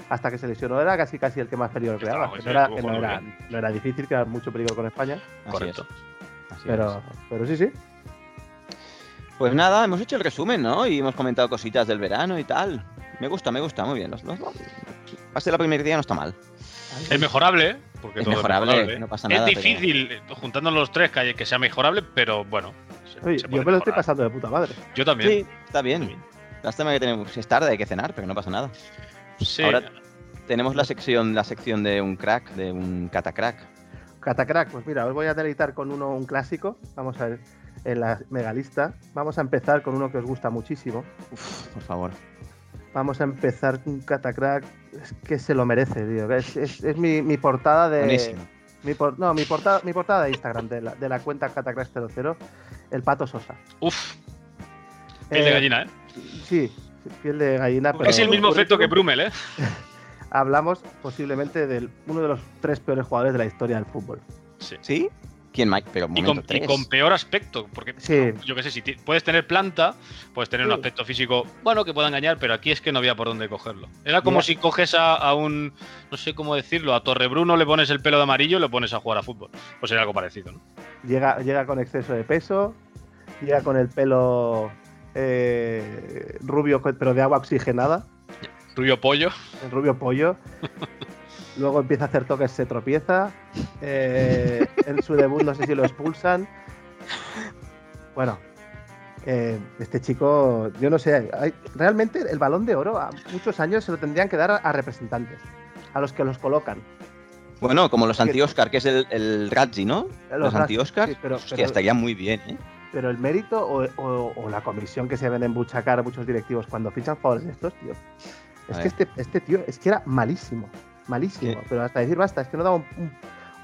[SPEAKER 3] hasta que se lesionó, era casi casi el que más peligro
[SPEAKER 4] Estaba
[SPEAKER 3] creaba.
[SPEAKER 4] muy
[SPEAKER 3] que No
[SPEAKER 4] bien,
[SPEAKER 3] era,
[SPEAKER 4] estuvo
[SPEAKER 3] que no
[SPEAKER 4] jugando
[SPEAKER 3] era, no era difícil, que era mucho peligro con España.
[SPEAKER 1] Así
[SPEAKER 4] Correcto.
[SPEAKER 1] es, así
[SPEAKER 3] Pero,
[SPEAKER 1] es.
[SPEAKER 3] pero sí, sí.
[SPEAKER 1] Pues nada, hemos hecho el resumen, ¿no? Y hemos comentado cositas del verano y tal. Me gusta, me gusta, muy bien. Los, los, pase la primera día no está mal.
[SPEAKER 4] Es mejorable, ¿eh? porque
[SPEAKER 1] Es
[SPEAKER 4] todo
[SPEAKER 1] mejorable,
[SPEAKER 4] es mejorable.
[SPEAKER 1] no pasa
[SPEAKER 4] Es
[SPEAKER 1] nada, pero-
[SPEAKER 4] difícil, eh, juntando los tres, que, hay- que sea mejorable, pero bueno. se-
[SPEAKER 3] Oye,
[SPEAKER 4] se
[SPEAKER 3] yo
[SPEAKER 4] puede
[SPEAKER 3] me lo estoy
[SPEAKER 4] mejorar.
[SPEAKER 3] pasando de puta madre.
[SPEAKER 4] Yo también.
[SPEAKER 1] Sí, está bien. Lástima que tenemos, es tarde, hay que cenar, pero no pasa nada.
[SPEAKER 4] Sí.
[SPEAKER 1] Ahora- Tenemos la sección, la sección de un crack, de un catacrack.
[SPEAKER 3] Catacrack, pues mira, os voy a deleitar con uno, un clásico. Vamos a ver, en la megalista. Vamos a empezar con uno que os gusta muchísimo.
[SPEAKER 1] Uf, por favor.
[SPEAKER 3] Vamos a empezar con Catacrack. Es que se lo merece, tío. Es, es- es mi, mi portada de.
[SPEAKER 1] Buenísimo.
[SPEAKER 3] Mi por- no, mi portada, mi portada de Instagram de la, de la cuenta Catacrash00, el pato Sosa.
[SPEAKER 4] Uf, piel de
[SPEAKER 3] Eh,
[SPEAKER 4] gallina, ¿eh?
[SPEAKER 3] Sí, piel de gallina. Pero
[SPEAKER 4] es el mismo efecto que Brummel, ¿eh?
[SPEAKER 3] Hablamos posiblemente de uno de los tres peores jugadores de la historia del fútbol.
[SPEAKER 4] Sí.
[SPEAKER 1] ¿Sí? ¿Quién, Mike? Pero un
[SPEAKER 4] Y
[SPEAKER 1] momento,
[SPEAKER 4] con, y
[SPEAKER 1] tres.
[SPEAKER 4] con peor aspecto, porque
[SPEAKER 3] Sí,
[SPEAKER 4] yo qué sé, si ti- puedes tener planta, puedes tener un
[SPEAKER 3] Sí.
[SPEAKER 4] aspecto físico, bueno, que pueda engañar, pero aquí es que no había por dónde cogerlo. Era como
[SPEAKER 3] Mira.
[SPEAKER 4] si coges a, a un, no sé cómo decirlo, a Torrebruno le pones el pelo de amarillo y lo pones a jugar a fútbol. Pues era algo parecido, ¿no?
[SPEAKER 3] llega, llega con exceso de peso, llega con el pelo eh, rubio, co- pero de agua oxigenada,
[SPEAKER 4] Rubio Pollo,
[SPEAKER 3] el rubio pollo. Luego empieza a hacer toques, se tropieza. eh, en su debut no sé si lo expulsan. Bueno, eh, este chico, yo no sé, hay- realmente el balón de oro a muchos años se lo tendrían que dar a, a representantes, a los que los colocan.
[SPEAKER 1] Bueno, como los anti-Oscar, que es el, el Radzi, ¿no?
[SPEAKER 3] Los
[SPEAKER 1] Los,
[SPEAKER 3] Radzi,
[SPEAKER 1] anti-Oscar.
[SPEAKER 3] sí, pero-
[SPEAKER 1] Hostia,
[SPEAKER 3] pero-
[SPEAKER 1] estaría muy bien, ¿eh?
[SPEAKER 3] Pero el mérito o, o- o la comisión que se ven embuchacar muchos directivos cuando fichan jugadores de estos, tío. Es
[SPEAKER 1] A
[SPEAKER 3] que este, este tío, es que era malísimo, malísimo. Pero hasta decir basta, es que no daba un, un-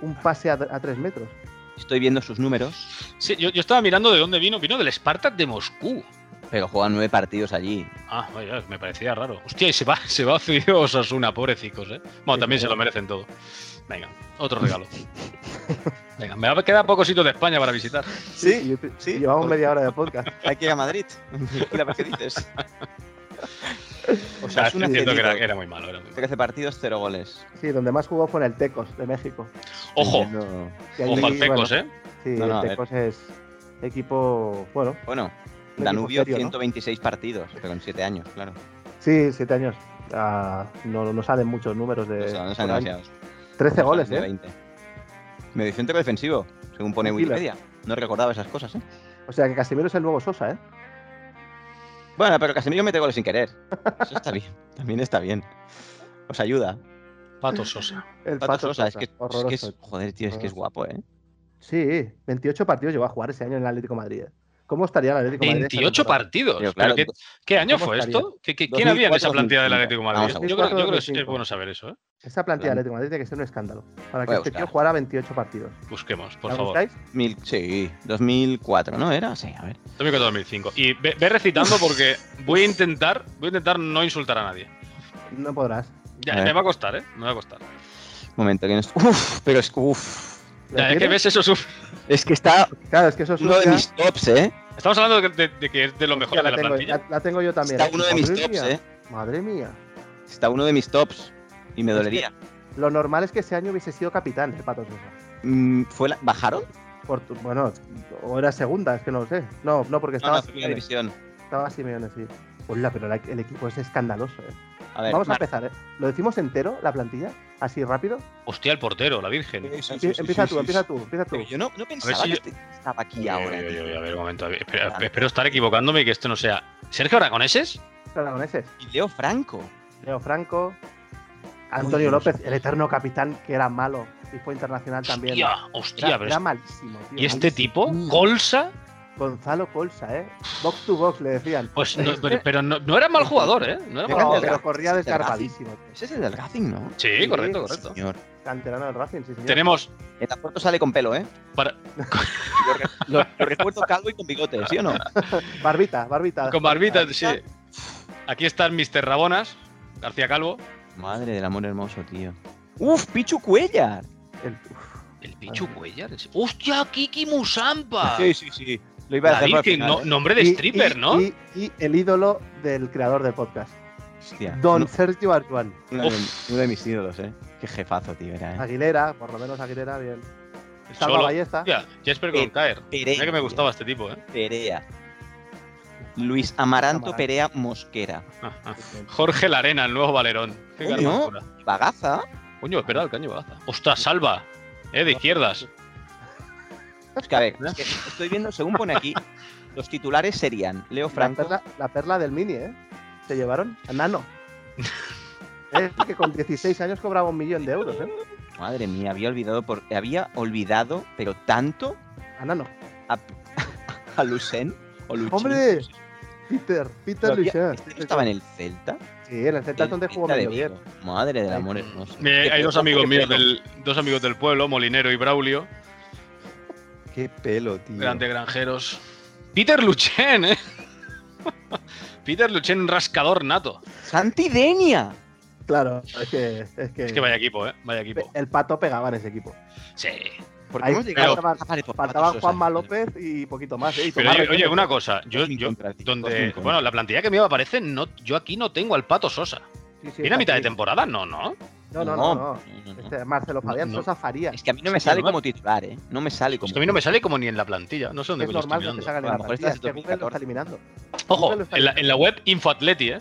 [SPEAKER 3] un pase a, a tres metros.
[SPEAKER 1] Estoy viendo sus números,
[SPEAKER 4] Sí, yo, yo estaba mirando de dónde vino. Vino del Spartak de Moscú.
[SPEAKER 1] pero juegan nueve partidos allí.
[SPEAKER 4] Ah, vaya, me parecía raro. Hostia, y se va, se va a Osasuna, pobrecicos, ¿eh? Bueno, también se lo merecen todo. Venga, otro regalo. Venga, me va- queda poco sitio de España para visitar.
[SPEAKER 1] Sí,
[SPEAKER 3] Y- y-
[SPEAKER 1] sí.
[SPEAKER 3] y llevamos media hora de podcast.
[SPEAKER 1] hay que ir a Madrid. Mira, ¿qué dices? O
[SPEAKER 4] O sea,
[SPEAKER 1] sea, es
[SPEAKER 4] estoy
[SPEAKER 1] un
[SPEAKER 4] diciendo Ah, que era,
[SPEAKER 1] ascendido.
[SPEAKER 4] era muy malo, era muy malo.
[SPEAKER 1] 13 partidos, 0 goles.
[SPEAKER 3] Sí, donde más jugó fue en el Tecos de México.
[SPEAKER 4] Ojo,
[SPEAKER 1] Entiendo.
[SPEAKER 3] Que ahí,
[SPEAKER 4] ojo al Pecos,
[SPEAKER 3] bueno,
[SPEAKER 4] ¿eh?
[SPEAKER 3] Sí,
[SPEAKER 1] No, no, a
[SPEAKER 3] el
[SPEAKER 1] ver.
[SPEAKER 3] Tecos es equipo, bueno,
[SPEAKER 1] Bueno,
[SPEAKER 3] equipo
[SPEAKER 1] Danubio,
[SPEAKER 3] serio, ¿no?
[SPEAKER 1] 126 partidos, pero con 7 años, claro.
[SPEAKER 3] sí, siete años. Ah, no, no salen muchos números de.
[SPEAKER 1] O sea, no Pues son
[SPEAKER 3] Eh, por ahí.
[SPEAKER 1] demasiados.
[SPEAKER 3] 13
[SPEAKER 1] No
[SPEAKER 3] goles,
[SPEAKER 1] salen de
[SPEAKER 3] ¿eh?
[SPEAKER 1] 20. Medio centro defensivo, según pone
[SPEAKER 3] Un killer.
[SPEAKER 1] Wikipedia. No recordaba esas cosas, ¿eh?
[SPEAKER 3] O sea, que Casemiro es el nuevo Sosa, ¿eh?
[SPEAKER 1] Bueno, pero Casemiro mete goles sin querer. Eso está bien. También está bien. Os ayuda.
[SPEAKER 4] Pato Sosa.
[SPEAKER 3] El
[SPEAKER 1] Pato Sosa, es que, es
[SPEAKER 3] horroroso.
[SPEAKER 1] que es- joder, tío, es que es
[SPEAKER 3] Horroroso.
[SPEAKER 1] guapo, ¿eh?
[SPEAKER 4] Pues
[SPEAKER 3] Sí, 28 partidos llegó a jugar ese año en el Atlético de Madrid. ¿eh? ¿Cómo estaría el Atlético de Madrid? esta
[SPEAKER 4] 28
[SPEAKER 3] temporada?
[SPEAKER 4] partidos.
[SPEAKER 1] Pero claro,
[SPEAKER 4] ¿Pero qué, qué año
[SPEAKER 3] ¿cómo
[SPEAKER 4] fue
[SPEAKER 3] estaría?
[SPEAKER 4] esto? ¿Qué, qué- quién había en esa
[SPEAKER 1] 2004,
[SPEAKER 4] plantilla del Atlético de Madrid?
[SPEAKER 1] Vamos a
[SPEAKER 4] Yo creo, yo creo que es-
[SPEAKER 3] 2004,
[SPEAKER 4] es bueno saber eso, ¿eh?
[SPEAKER 3] Esa plantilla del
[SPEAKER 1] Claro.
[SPEAKER 3] Atlético de Madrid tiene que ser un escándalo. Para que
[SPEAKER 1] Voy a
[SPEAKER 3] este tío
[SPEAKER 1] buscar.
[SPEAKER 3] jugara 28 partidos.
[SPEAKER 4] Busquemos, por
[SPEAKER 3] ¿La
[SPEAKER 4] favor.
[SPEAKER 3] buscáis?
[SPEAKER 1] Mil- sí, 2004, ¿no era? Sí, a ver.
[SPEAKER 4] 2004-2005. Y ve, ve recitando porque voy a intentar, voy a intentar no insultar a nadie.
[SPEAKER 3] No podrás.
[SPEAKER 4] Ya,
[SPEAKER 1] A ver.
[SPEAKER 4] me va a costar, ¿eh? Me va a costar.
[SPEAKER 1] Un momento, que no es- Uf, pero es que. Uf.
[SPEAKER 3] ¿Lo
[SPEAKER 4] Ya, es que
[SPEAKER 3] tienes?
[SPEAKER 4] ves eso. suf-
[SPEAKER 1] Es que está
[SPEAKER 3] Claro, es que eso es
[SPEAKER 1] uno de
[SPEAKER 3] ya-
[SPEAKER 1] mis tops, ¿eh?
[SPEAKER 4] Estamos hablando de, de- de que es de lo mejor
[SPEAKER 3] Hostia,
[SPEAKER 4] de la
[SPEAKER 3] tengo,
[SPEAKER 4] plantilla.
[SPEAKER 3] la- la tengo yo también.
[SPEAKER 1] Está
[SPEAKER 3] ¿eh?
[SPEAKER 1] uno de mis
[SPEAKER 3] Madre
[SPEAKER 1] tops,
[SPEAKER 3] mía,
[SPEAKER 1] ¿eh?
[SPEAKER 3] Madre mía.
[SPEAKER 1] Está uno de mis tops. Y me
[SPEAKER 3] Es que-
[SPEAKER 1] dolería.
[SPEAKER 3] Lo normal es que ese año hubiese sido capitán el Pato Sosa.
[SPEAKER 1] Mm, ¿fue la- ¿Bajaron?
[SPEAKER 3] Portu- bueno, o era segunda, es que no lo sé. No, no, porque
[SPEAKER 1] No,
[SPEAKER 3] estaba
[SPEAKER 1] no, primera
[SPEAKER 3] Simeone.
[SPEAKER 1] división.
[SPEAKER 3] Estaba Simeone, sí. Hola, pero la- el equipo es escandaloso, ¿eh?
[SPEAKER 1] A ver,
[SPEAKER 3] Vamos a
[SPEAKER 1] Mar-
[SPEAKER 3] empezar, ¿eh? ¿Lo decimos entero, la plantilla? ¿Así rápido?
[SPEAKER 4] Hostia, el portero, la
[SPEAKER 1] Eh,
[SPEAKER 4] Virgen.
[SPEAKER 5] Sí, sí,
[SPEAKER 3] Empie-
[SPEAKER 5] sí, sí,
[SPEAKER 3] empieza
[SPEAKER 5] sí,
[SPEAKER 3] tú,
[SPEAKER 5] sí.
[SPEAKER 3] empieza tú, empieza tú.
[SPEAKER 1] pero yo no, no pensaba
[SPEAKER 4] si
[SPEAKER 1] que
[SPEAKER 4] yo-
[SPEAKER 1] este- estaba aquí ahora.
[SPEAKER 4] Oye, oye,
[SPEAKER 1] tío.
[SPEAKER 4] oye, a ver, un momento. a ver, espera- espero estar equivocándome y que esto no sea. ¿Sergio Aragoneses?
[SPEAKER 3] Aragoneses.
[SPEAKER 1] Y Leo Franco.
[SPEAKER 3] Leo Franco. Antonio
[SPEAKER 1] Dios.
[SPEAKER 3] López, el eterno capitán que era malo y fue internacional también.
[SPEAKER 4] Hostia,
[SPEAKER 3] Era,
[SPEAKER 4] hostia, pero
[SPEAKER 3] era
[SPEAKER 4] es-
[SPEAKER 3] malísimo, tío.
[SPEAKER 4] ¿Y este
[SPEAKER 3] malísimo.
[SPEAKER 4] tipo? ¿Colsa?
[SPEAKER 3] Gonzalo Colsa, ¿eh? Box to box le decían.
[SPEAKER 4] Pues no, pero, pero no, no era mal jugador, ¿eh? No era
[SPEAKER 3] No,
[SPEAKER 4] mal jugador.
[SPEAKER 3] pero corría
[SPEAKER 1] Este
[SPEAKER 3] descarpadísimo. tío.
[SPEAKER 1] Ese es el del Racing, ¿no?
[SPEAKER 4] Sí, correcto,
[SPEAKER 3] Sí,
[SPEAKER 4] correcto.
[SPEAKER 1] Señor.
[SPEAKER 3] Canterano del Racing, sí, señor.
[SPEAKER 4] Tenemos.
[SPEAKER 1] En la foto sale con pelo, ¿eh?
[SPEAKER 4] Para-
[SPEAKER 1] Lo re- Lo, lo recuerdo calvo y con bigote, ¿sí o no?
[SPEAKER 3] Barbita, Barbita.
[SPEAKER 4] Con barbita, sí. Aquí está el Mr. Rabonas, García Calvo.
[SPEAKER 1] Madre del amor hermoso, tío. ¡Uf! ¡Pichu Cuellar!
[SPEAKER 3] Ah, El-
[SPEAKER 4] El Pichu Cuellar. ese- ¡Hostia, Kiki Musampa!
[SPEAKER 1] sí, sí. Lo iba a
[SPEAKER 4] La
[SPEAKER 1] hacer para el
[SPEAKER 4] Virgen,
[SPEAKER 1] final,
[SPEAKER 4] no-
[SPEAKER 1] ¿eh?
[SPEAKER 4] nombre de
[SPEAKER 3] y-
[SPEAKER 4] stripper,
[SPEAKER 3] y-
[SPEAKER 4] ¿no?
[SPEAKER 3] Y, y el ídolo del creador del podcast,
[SPEAKER 1] Hostia,
[SPEAKER 3] Don
[SPEAKER 1] uno-
[SPEAKER 3] Sergio Arjuan.
[SPEAKER 1] uno, de, uno de mis ídolos, ¿eh? Qué jefazo, tío, era, ¿eh?
[SPEAKER 3] Aguilera, por lo menos Aguilera, bien.
[SPEAKER 4] El
[SPEAKER 3] Salva
[SPEAKER 4] solo.
[SPEAKER 3] Ballesta.
[SPEAKER 4] Hostia, Jesper Golcaer.
[SPEAKER 1] Perea.
[SPEAKER 4] Mira que me
[SPEAKER 1] tío,
[SPEAKER 4] gustaba este tipo, ¿eh?
[SPEAKER 1] Perea. Luis Amaranto
[SPEAKER 3] Amaranto.
[SPEAKER 1] Perea Mosquera.
[SPEAKER 4] Ah, ah. Jorge Larena, el nuevo Valerón. Qué
[SPEAKER 1] Coño.
[SPEAKER 4] garbanzura.
[SPEAKER 1] Bagaza.
[SPEAKER 4] Coño, espera, el caño Bagaza. Ostras, salva. Eh, de izquierdas.
[SPEAKER 1] Es que, a ver, es que estoy viendo, según pone aquí, los titulares serían Leo
[SPEAKER 3] La
[SPEAKER 1] Franco.
[SPEAKER 3] perla, la perla del mini, ¿eh? Se llevaron a Nano. es que con 16 años cobraba un millón de euros, ¿eh?
[SPEAKER 1] Madre mía, había olvidado, por, había olvidado, pero tanto,
[SPEAKER 3] A Nano.
[SPEAKER 1] a, a Lucen. O Luchín.
[SPEAKER 3] ¡Hombre! Peter, Peter
[SPEAKER 1] Pero había-
[SPEAKER 3] Lucien.
[SPEAKER 1] ¿Este no estaba en el Celta?
[SPEAKER 3] Sí, en el Celta es donde
[SPEAKER 1] El
[SPEAKER 3] jugó
[SPEAKER 1] Celta de
[SPEAKER 3] medio bien.
[SPEAKER 1] Vigo. Madre del amor hermoso.
[SPEAKER 4] Eh,
[SPEAKER 1] Qué
[SPEAKER 4] hay dos
[SPEAKER 1] pelo,
[SPEAKER 4] amigos
[SPEAKER 1] qué
[SPEAKER 4] míos
[SPEAKER 1] pelo.
[SPEAKER 4] del, dos amigos del pueblo, Molinero y Braulio,
[SPEAKER 1] Qué pelo, tío.
[SPEAKER 4] grandes granjeros. Peter Luchen, eh. Peter Luchen, un rascador nato.
[SPEAKER 1] ¡Santi Denia!
[SPEAKER 3] Claro, es que. Es que,
[SPEAKER 4] Es que vaya equipo, eh. Vaya equipo.
[SPEAKER 3] El pato pegaba en ese equipo.
[SPEAKER 4] Sí.
[SPEAKER 1] ¿Por
[SPEAKER 3] Ahí
[SPEAKER 1] hemos llegado Ah, pues
[SPEAKER 3] faltaban-
[SPEAKER 1] a Paredes por
[SPEAKER 3] Faltaban
[SPEAKER 1] patos,
[SPEAKER 3] Juanma
[SPEAKER 1] o sea,
[SPEAKER 3] López y poquito más, ¿eh? Y
[SPEAKER 4] Pero
[SPEAKER 3] Tomás
[SPEAKER 4] oye, oye,
[SPEAKER 3] Requena.
[SPEAKER 4] una cosa, yo,
[SPEAKER 1] Dos mil
[SPEAKER 4] yo-
[SPEAKER 1] contra ti, dos
[SPEAKER 4] donde,
[SPEAKER 1] mil contra.
[SPEAKER 4] bueno, la plantilla que me aparece, no, yo aquí no tengo al Pato Sosa.
[SPEAKER 3] Sí, sí,
[SPEAKER 4] Viene a
[SPEAKER 3] está
[SPEAKER 4] mitad de
[SPEAKER 3] aquí.
[SPEAKER 4] temporada, no, no.
[SPEAKER 3] No, no, no. no.
[SPEAKER 1] no, no.
[SPEAKER 3] Este, Marcelo Fabián
[SPEAKER 4] No, no.
[SPEAKER 3] Sosa Faría.
[SPEAKER 1] Es que a mí no me
[SPEAKER 4] Hostia,
[SPEAKER 1] sale
[SPEAKER 4] no me-
[SPEAKER 1] como titular, ¿eh? No me sale como
[SPEAKER 4] Es que a mí no me sale como ni en la plantilla. No sé dónde
[SPEAKER 3] Es
[SPEAKER 4] me lo estoy
[SPEAKER 3] normal que te
[SPEAKER 4] mirando.
[SPEAKER 3] salgan
[SPEAKER 1] A
[SPEAKER 3] en
[SPEAKER 1] lo
[SPEAKER 3] la
[SPEAKER 1] mejor
[SPEAKER 3] plantilla.
[SPEAKER 1] estás
[SPEAKER 3] Es que Google lo está
[SPEAKER 1] 2014.
[SPEAKER 3] eliminando.
[SPEAKER 4] Ojo,
[SPEAKER 3] Google lo está
[SPEAKER 4] en la, en la web Infoatleti, eh.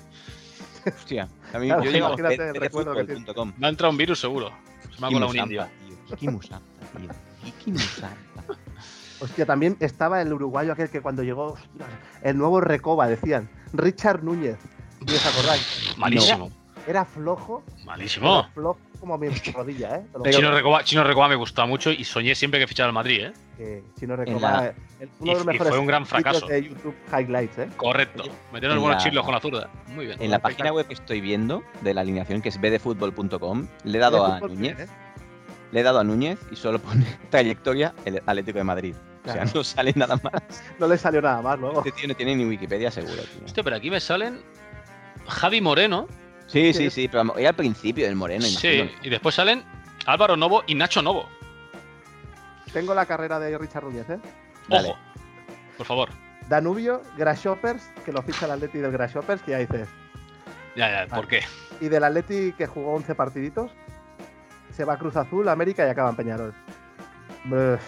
[SPEAKER 1] Hostia, a mí
[SPEAKER 3] Claro,
[SPEAKER 1] yo llego a
[SPEAKER 3] imagínate
[SPEAKER 1] ver-
[SPEAKER 3] el
[SPEAKER 1] ver
[SPEAKER 3] recuerdo que
[SPEAKER 1] fútbol punto com.
[SPEAKER 4] Me ha entrado un virus seguro. Se me ha
[SPEAKER 1] Kiki
[SPEAKER 4] colado un
[SPEAKER 1] Musamba,
[SPEAKER 4] indio.
[SPEAKER 1] tío. Kiki Musamba, tío. Kiki Musamba.
[SPEAKER 3] Hostia, también estaba el uruguayo aquel que cuando llegó, hostia, el nuevo Recoba, decían. Richard Núñez. ¿Y os acordáis?
[SPEAKER 4] Malísimo.
[SPEAKER 3] Era flojo,
[SPEAKER 4] Malísimo.
[SPEAKER 3] era flojo como mi rodilla, ¿eh? Te lo
[SPEAKER 4] Chino
[SPEAKER 3] juro
[SPEAKER 4] Recoba, Chino Recoba me gustaba mucho y soñé siempre que fichara al Madrid, ¿eh?
[SPEAKER 3] que Chino Recoba, eh, el- uno
[SPEAKER 4] y-
[SPEAKER 3] de los
[SPEAKER 4] y
[SPEAKER 3] mejores
[SPEAKER 4] fue un gran
[SPEAKER 3] vídeos
[SPEAKER 4] fracaso.
[SPEAKER 3] de YouTube Highlights, ¿eh?
[SPEAKER 4] Correcto.
[SPEAKER 1] En
[SPEAKER 4] Metieron algunos
[SPEAKER 1] la-
[SPEAKER 4] chilos con la zurda. Muy bien.
[SPEAKER 1] En la página web que estoy viendo de la alineación, que es bdefutbol.com, le he dado
[SPEAKER 3] Era
[SPEAKER 1] a
[SPEAKER 3] fútbol,
[SPEAKER 1] Núñez,
[SPEAKER 3] ¿eh?
[SPEAKER 1] le he dado a Núñez y solo pone trayectoria el Atlético de Madrid. O sea,
[SPEAKER 3] Claro.
[SPEAKER 1] no sale nada más.
[SPEAKER 3] No le salió nada más luego.
[SPEAKER 1] Este tío no tiene ni Wikipedia seguro, tío.
[SPEAKER 4] Hostia, pero aquí me salen Javi Moreno.
[SPEAKER 1] Sí, sí, sí, pero era al principio del Moreno,
[SPEAKER 4] sí.
[SPEAKER 1] imagino.
[SPEAKER 4] Y después salen Álvaro Novo y Nacho Novo.
[SPEAKER 3] Tengo la carrera de Richard Núñez, ¿eh?
[SPEAKER 1] Dale.
[SPEAKER 4] Ojo. Por favor.
[SPEAKER 3] Danubio, Grasshoppers, que lo ficha el Atleti del Grasshoppers, que ya dices.
[SPEAKER 4] Ya, ya, ¿por qué?
[SPEAKER 3] Y del Atleti que jugó 11 partiditos, se va a Cruz Azul, América y acaba en Peñarol. Buf.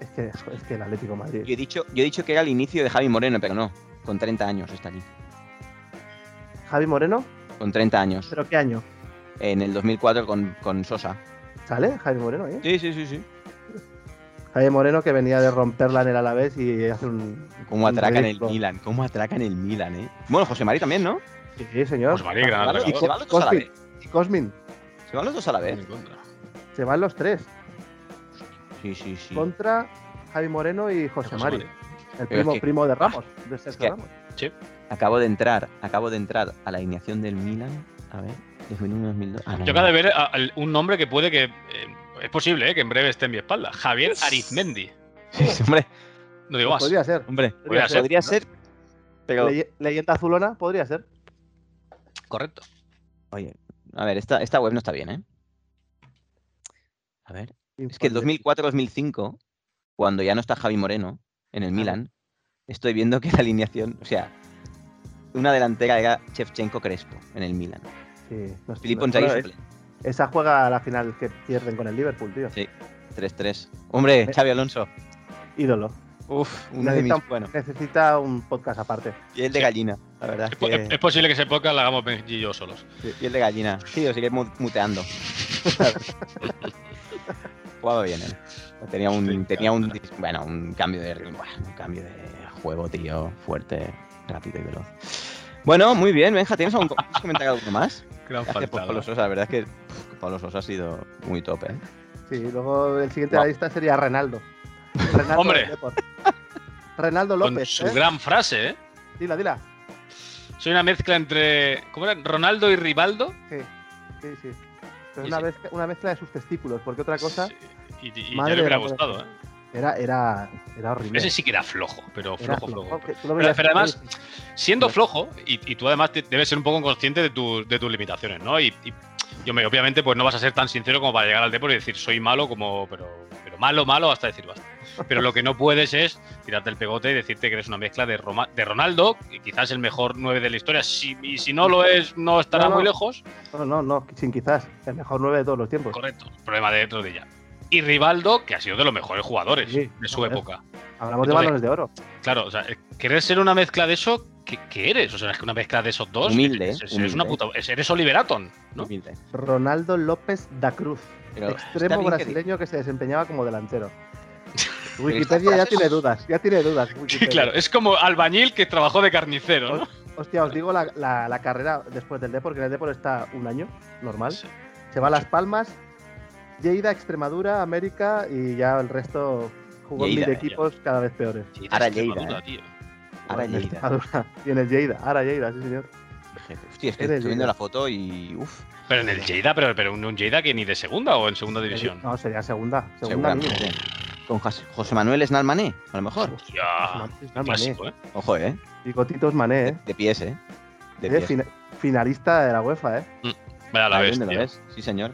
[SPEAKER 3] Es que, es que el Atlético de
[SPEAKER 1] Yo
[SPEAKER 3] Madrid.
[SPEAKER 1] he, dicho, yo he dicho que era el inicio de Javi Moreno, pero no. Con 30 años está aquí.
[SPEAKER 3] Javi Moreno,
[SPEAKER 1] Con 30 años.
[SPEAKER 3] ¿pero qué año?
[SPEAKER 1] En el 2004 con, con Sosa.
[SPEAKER 3] ¿Sale Javi Moreno ahí?
[SPEAKER 1] Sí, sí, sí, sí.
[SPEAKER 3] Javi Moreno que venía de romperla en el Alavés y hace un...
[SPEAKER 1] Cómo
[SPEAKER 3] un
[SPEAKER 1] atracan el
[SPEAKER 3] ridículo.
[SPEAKER 1] Milan, cómo atracan el Milan, eh. Bueno, José Mari también, ¿no?
[SPEAKER 3] Sí, sí, señor.
[SPEAKER 4] Pues María, gran
[SPEAKER 3] Claro, y
[SPEAKER 1] Se
[SPEAKER 4] atracador.
[SPEAKER 3] Co-
[SPEAKER 1] van los dos a la
[SPEAKER 3] Cosmin,
[SPEAKER 1] vez.
[SPEAKER 3] y Cosmin,
[SPEAKER 1] Se van los dos a la vez.
[SPEAKER 4] En contra.
[SPEAKER 3] se van los tres.
[SPEAKER 1] Sí, sí, sí.
[SPEAKER 3] Contra Javi Moreno y José,
[SPEAKER 4] José
[SPEAKER 3] Mari.
[SPEAKER 4] Mari.
[SPEAKER 3] El
[SPEAKER 1] Pero es
[SPEAKER 3] primo,
[SPEAKER 1] que-
[SPEAKER 3] primo de Ramos, de Sergio
[SPEAKER 1] que-
[SPEAKER 3] Ramos.
[SPEAKER 1] Acabo de entrar, acabo de entrar a la alineación del Milan. A ver, 2001, 2002. Ah, no,
[SPEAKER 4] Yo acabo de
[SPEAKER 1] no.
[SPEAKER 4] ver a- al- un nombre que puede que. eh, es posible, ¿eh? Que en breve esté en mi espalda. Javier Arizmendi.
[SPEAKER 1] Sí, sí, hombre,
[SPEAKER 4] No digo más.
[SPEAKER 3] Pues Podría ser.
[SPEAKER 1] hombre.
[SPEAKER 4] Podría ser,
[SPEAKER 1] Podría
[SPEAKER 4] ¿no?
[SPEAKER 1] ser, pero.
[SPEAKER 3] Leye- Leyenda azulona, podría ser.
[SPEAKER 4] Correcto.
[SPEAKER 1] Oye, a ver, esta, esta web no está bien, ¿eh? A ver. Es que el 2004-2005, cuando ya no está Javi Moreno en el Milan, estoy viendo que la alineación, o sea, una delantera era Shevchenko Crespo en el Milan.
[SPEAKER 3] Sí, no sé,
[SPEAKER 1] Filippo
[SPEAKER 3] no,
[SPEAKER 1] Inzaghi
[SPEAKER 3] bueno,
[SPEAKER 1] suplente.
[SPEAKER 3] es- Esa juega a la final que pierden con el Liverpool, tío.
[SPEAKER 1] Sí. 3-3. Hombre, Xavi Alonso.
[SPEAKER 3] Ídolo.
[SPEAKER 1] Uf, uno de
[SPEAKER 3] Necesita,
[SPEAKER 1] mis. Bueno,
[SPEAKER 3] necesita un podcast aparte.
[SPEAKER 1] piel de gallina. La verdad
[SPEAKER 4] Es,
[SPEAKER 1] es
[SPEAKER 4] po- es-
[SPEAKER 1] que.
[SPEAKER 4] es posible que ese podcast la hagamos Benji y yo solos.
[SPEAKER 1] Piel de gallina. Sí, lo sigue mu- muteando. Jugaba bien, ¿eh? Tenía un, tenía un, dis- bueno, un cambio de ritmo, buah, un cambio de juego, tío, fuerte, rápido y veloz. Bueno, muy bien, Benja, ¿tienes algún has comentado algo más?
[SPEAKER 4] Gran
[SPEAKER 1] Gracias por Pablo Sosa, la verdad es que pff, Pablo Sosa ha sido muy top, ¿eh?
[SPEAKER 3] Sí, luego el siguiente de
[SPEAKER 1] Guau.
[SPEAKER 3] la lista sería Renaldo. Renaldo
[SPEAKER 4] Hombre.
[SPEAKER 3] del Depor. Renaldo
[SPEAKER 4] Con
[SPEAKER 3] López.
[SPEAKER 4] su
[SPEAKER 3] ¿eh?
[SPEAKER 4] gran frase, ¿eh?
[SPEAKER 3] Dila, dila.
[SPEAKER 4] Soy una mezcla entre. ¿Cómo era? ¿Ronaldo y Rivaldo?
[SPEAKER 3] Sí, sí, sí. Pero
[SPEAKER 4] Sí,
[SPEAKER 3] una,
[SPEAKER 4] sí.
[SPEAKER 3] mezcla, una mezcla de sus testículos, porque otra cosa
[SPEAKER 4] Sí, Y, y ya
[SPEAKER 3] Madre
[SPEAKER 4] le hubiera
[SPEAKER 3] de la
[SPEAKER 4] gustado, ¿eh?
[SPEAKER 3] era, era, era horrible.
[SPEAKER 4] Ese sí que era flojo, pero
[SPEAKER 3] Era
[SPEAKER 4] flojo, flojo.
[SPEAKER 3] que tú lo
[SPEAKER 4] Pero-
[SPEAKER 3] veías
[SPEAKER 4] pero
[SPEAKER 3] y
[SPEAKER 4] además-
[SPEAKER 3] dices,
[SPEAKER 4] Siendo flojo, y, y tú además te- debes ser un poco consciente de, tus- de tus limitaciones, ¿no? Y, y- y, hombre, obviamente pues no vas a ser tan sincero como para llegar al deporte y decir soy malo como, pero, pero malo, malo, hasta decir basta. Pero lo que no puedes es tirarte el pegote y decirte que eres una mezcla de, Roma- de Ronaldo, que quizás el mejor 9 de la historia, si, y si no lo es, no estará
[SPEAKER 3] No, no.
[SPEAKER 4] muy lejos.
[SPEAKER 3] No, no, no, sin quizás. El mejor 9 de todos los tiempos.
[SPEAKER 4] Correcto, problema de rodilla. Y Rivaldo, que ha sido de los mejores jugadores
[SPEAKER 3] Sí,
[SPEAKER 4] de su
[SPEAKER 3] joder.
[SPEAKER 4] época.
[SPEAKER 3] Hablamos de
[SPEAKER 4] Entonces-
[SPEAKER 3] balones de oro.
[SPEAKER 4] Claro, o sea, eh, querer ser una mezcla de eso, ¿qué, qué eres? O sea, es que una mezcla de esos dos.
[SPEAKER 1] Humilde,
[SPEAKER 4] es- es- Eres
[SPEAKER 1] humilde.
[SPEAKER 4] una puta. es- Eres Oliver Atom, ¿no?
[SPEAKER 1] Humilde.
[SPEAKER 3] Ronaldo López da Cruz,
[SPEAKER 1] Pero está
[SPEAKER 3] extremo ¿eh?
[SPEAKER 1] bien que
[SPEAKER 3] brasileño que se desempeñaba como delantero.
[SPEAKER 1] estas
[SPEAKER 3] Wikipedia ya
[SPEAKER 1] frases-
[SPEAKER 3] tiene dudas, ya tiene dudas.
[SPEAKER 4] Sí,
[SPEAKER 3] Wikipedia.
[SPEAKER 4] claro, es como albañil que trabajó de carnicero, ¿no?
[SPEAKER 3] Hostia, os digo la, la- la carrera después del Depor, que en el Depor está un año, normal.
[SPEAKER 4] Sí.
[SPEAKER 3] Se va a Las Palmas, Lleida, Extremadura, América y ya el resto jugó en
[SPEAKER 1] Lleida,
[SPEAKER 3] mil equipos cada vez peores.
[SPEAKER 4] Sí, de
[SPEAKER 1] Ahora
[SPEAKER 4] Extremadura,
[SPEAKER 1] Lleida, ¿eh?
[SPEAKER 4] tío.
[SPEAKER 1] Ahora
[SPEAKER 3] En
[SPEAKER 1] Lleida.
[SPEAKER 3] Extremadura. Y en el Lleida, ahora Lleida, sí señor.
[SPEAKER 1] Hostia, es que
[SPEAKER 3] Eres
[SPEAKER 1] estoy viendo
[SPEAKER 3] Lleida.
[SPEAKER 1] la foto y. Uf,
[SPEAKER 4] Pero en el Lleida, pero, pero un un Lleida que ni de segunda o en segunda división.
[SPEAKER 3] No, sería segunda, segunda mínimo.
[SPEAKER 1] seguramente. Con Jas- José Manuel Snalmané, a lo mejor.
[SPEAKER 4] Hostia,
[SPEAKER 3] Es Mané.
[SPEAKER 4] Ah, clásico, ¿eh?
[SPEAKER 1] Ojo, ¿eh?
[SPEAKER 3] Bigotitos Mané,
[SPEAKER 1] De,
[SPEAKER 3] ¿eh?
[SPEAKER 1] de pies, ¿eh? De
[SPEAKER 3] Eh,
[SPEAKER 1] pies.
[SPEAKER 3] fina- finalista de la UEFA, ¿eh?
[SPEAKER 4] Vaya la
[SPEAKER 1] Ahí
[SPEAKER 4] vez.
[SPEAKER 1] donde lo
[SPEAKER 4] tío.
[SPEAKER 1] ves. Sí, señor.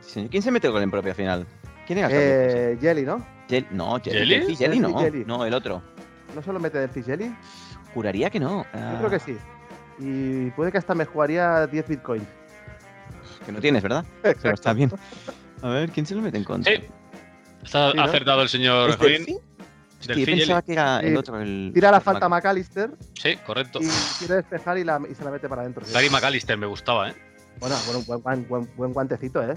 [SPEAKER 1] Sí, señor. ¿Quién se metió con el propio final? ¿Quién era? el propio?
[SPEAKER 3] Eh, Jelly, ¿no?
[SPEAKER 1] Jel- no, Jelly.
[SPEAKER 4] ¿Jelly?
[SPEAKER 1] Jelly, Jelly no.
[SPEAKER 3] Jelly.
[SPEAKER 1] No, el otro.
[SPEAKER 3] ¿No solo mete del Jelly?
[SPEAKER 1] Juraría que no. Ah,
[SPEAKER 3] Yo creo que sí. Y puede que hasta me jugaría 10 bitcoins.
[SPEAKER 1] Que no tienes, ¿verdad? Pero está bien. A ver, ¿quién se lo mete en contra?
[SPEAKER 4] Sí, Está
[SPEAKER 3] Sí, ¿no?
[SPEAKER 4] acertado el señor
[SPEAKER 1] ¿Es
[SPEAKER 4] Jorín.
[SPEAKER 1] Delphi? Hostia,
[SPEAKER 4] Delphi,
[SPEAKER 1] yo pensaba que era el
[SPEAKER 3] ¿Este Sí.
[SPEAKER 1] otro. El...
[SPEAKER 3] Tira la falta a
[SPEAKER 1] Mac-
[SPEAKER 3] McAllister
[SPEAKER 4] Sí, correcto.
[SPEAKER 3] y quiere despejar y, la- y se la mete para adentro. sí.
[SPEAKER 4] Gary McAllister me gustaba, ¿eh?
[SPEAKER 3] Bueno, bueno, buen, guan- buen- buen guantecito, ¿eh?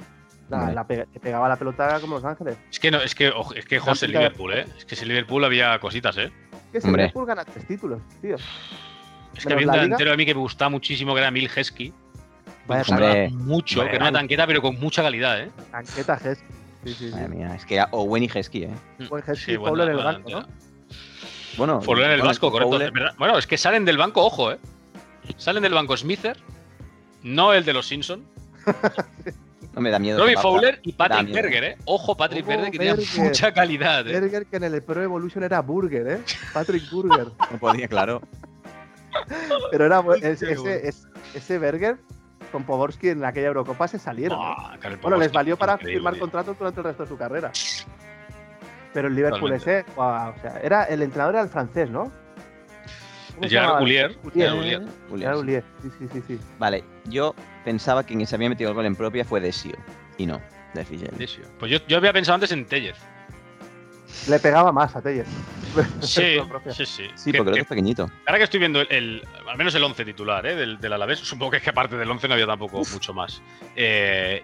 [SPEAKER 3] La,
[SPEAKER 1] Hombre.
[SPEAKER 3] la pega- le pegaba la pelota como Los Ángeles.
[SPEAKER 4] Es que no, es que, ojo, es que José
[SPEAKER 3] Clásica.
[SPEAKER 4] Liverpool, ¿eh? Es que si Liverpool había cositas, ¿eh?
[SPEAKER 3] Que se
[SPEAKER 1] Hombre.
[SPEAKER 3] Liverpool gana tres títulos, tío.
[SPEAKER 4] Es que
[SPEAKER 3] Menos
[SPEAKER 4] había
[SPEAKER 3] la
[SPEAKER 4] un
[SPEAKER 3] Liga.
[SPEAKER 4] delantero a mí que me gustaba muchísimo, que era Mil Hesky. Me
[SPEAKER 3] Vaya
[SPEAKER 4] gustaba
[SPEAKER 1] hombre.
[SPEAKER 4] mucho,
[SPEAKER 1] Vaya
[SPEAKER 4] que era una
[SPEAKER 1] tanque.
[SPEAKER 4] tanqueta, pero con mucha calidad, ¿eh?
[SPEAKER 3] Tanqueta Hess. Sí, sí, sí.
[SPEAKER 1] Madre mía, es que era Owen y Hesky, ¿eh?
[SPEAKER 3] Buen Hess
[SPEAKER 4] Mm. Sí,
[SPEAKER 3] y
[SPEAKER 4] buena-
[SPEAKER 3] Pablo en el
[SPEAKER 4] buena
[SPEAKER 3] banco, ¿no?
[SPEAKER 4] delantera.
[SPEAKER 1] Bueno.
[SPEAKER 4] Fuller en el
[SPEAKER 1] bueno,
[SPEAKER 4] Vasco, correcto.
[SPEAKER 1] Fowler-
[SPEAKER 4] es verdad. Bueno, es que salen del banco, ojo, ¿eh? Salen del banco Smither, no el de los Simpson,
[SPEAKER 1] No me da miedo.
[SPEAKER 4] Robbie
[SPEAKER 1] esa barba.
[SPEAKER 4] Fowler y
[SPEAKER 1] Da
[SPEAKER 4] Patrick
[SPEAKER 1] miedo.
[SPEAKER 4] Berger, ¿eh? Ojo, Patrick
[SPEAKER 3] Ojo,
[SPEAKER 4] Berger, que tenía
[SPEAKER 3] Berger.
[SPEAKER 4] mucha calidad, ¿eh?
[SPEAKER 3] Berger, que en el Pro Evolution era Burger, ¿eh? Patrick Burger.
[SPEAKER 1] No podía, claro.
[SPEAKER 3] Pero era bu- es-
[SPEAKER 4] Qué bueno.
[SPEAKER 3] ese, es- ese Berger con Poborski en aquella Eurocopa se salieron. ¿eh?
[SPEAKER 4] Buah, Karel
[SPEAKER 3] Bueno, les
[SPEAKER 4] Popovski,
[SPEAKER 3] valió para
[SPEAKER 4] increíble,
[SPEAKER 3] firmar
[SPEAKER 4] tío.
[SPEAKER 3] contratos durante el resto de su carrera. Pero el Liverpool
[SPEAKER 4] Totalmente.
[SPEAKER 3] ese, guau, o sea, era, el entrenador era el francés, ¿no? ¿Cómo se
[SPEAKER 4] Gerard
[SPEAKER 3] llamaba?
[SPEAKER 4] Houllier,
[SPEAKER 3] Houllier.
[SPEAKER 4] Gerard Houllier.
[SPEAKER 1] Julián,
[SPEAKER 3] Gerard
[SPEAKER 1] sí.
[SPEAKER 3] Houllier, sí, sí, sí. sí.
[SPEAKER 1] Vale, yo pensaba que quien se había metido el gol en propia fue Desio. Y no, de Figel.
[SPEAKER 4] Sí, sí. Pues yo, yo había pensado antes en Tellez.
[SPEAKER 3] Le pegaba más a Teller.
[SPEAKER 4] Sí,
[SPEAKER 3] Lo propio.
[SPEAKER 4] sí, sí.
[SPEAKER 1] Sí, porque
[SPEAKER 4] Que-
[SPEAKER 1] el
[SPEAKER 4] que-
[SPEAKER 1] otro es pequeñito.
[SPEAKER 4] ahora que estoy viendo el, el- al menos el 11 titular ¿eh? del, del Alavés, supongo que es que aparte del 11 no había tampoco mucho más. Eh,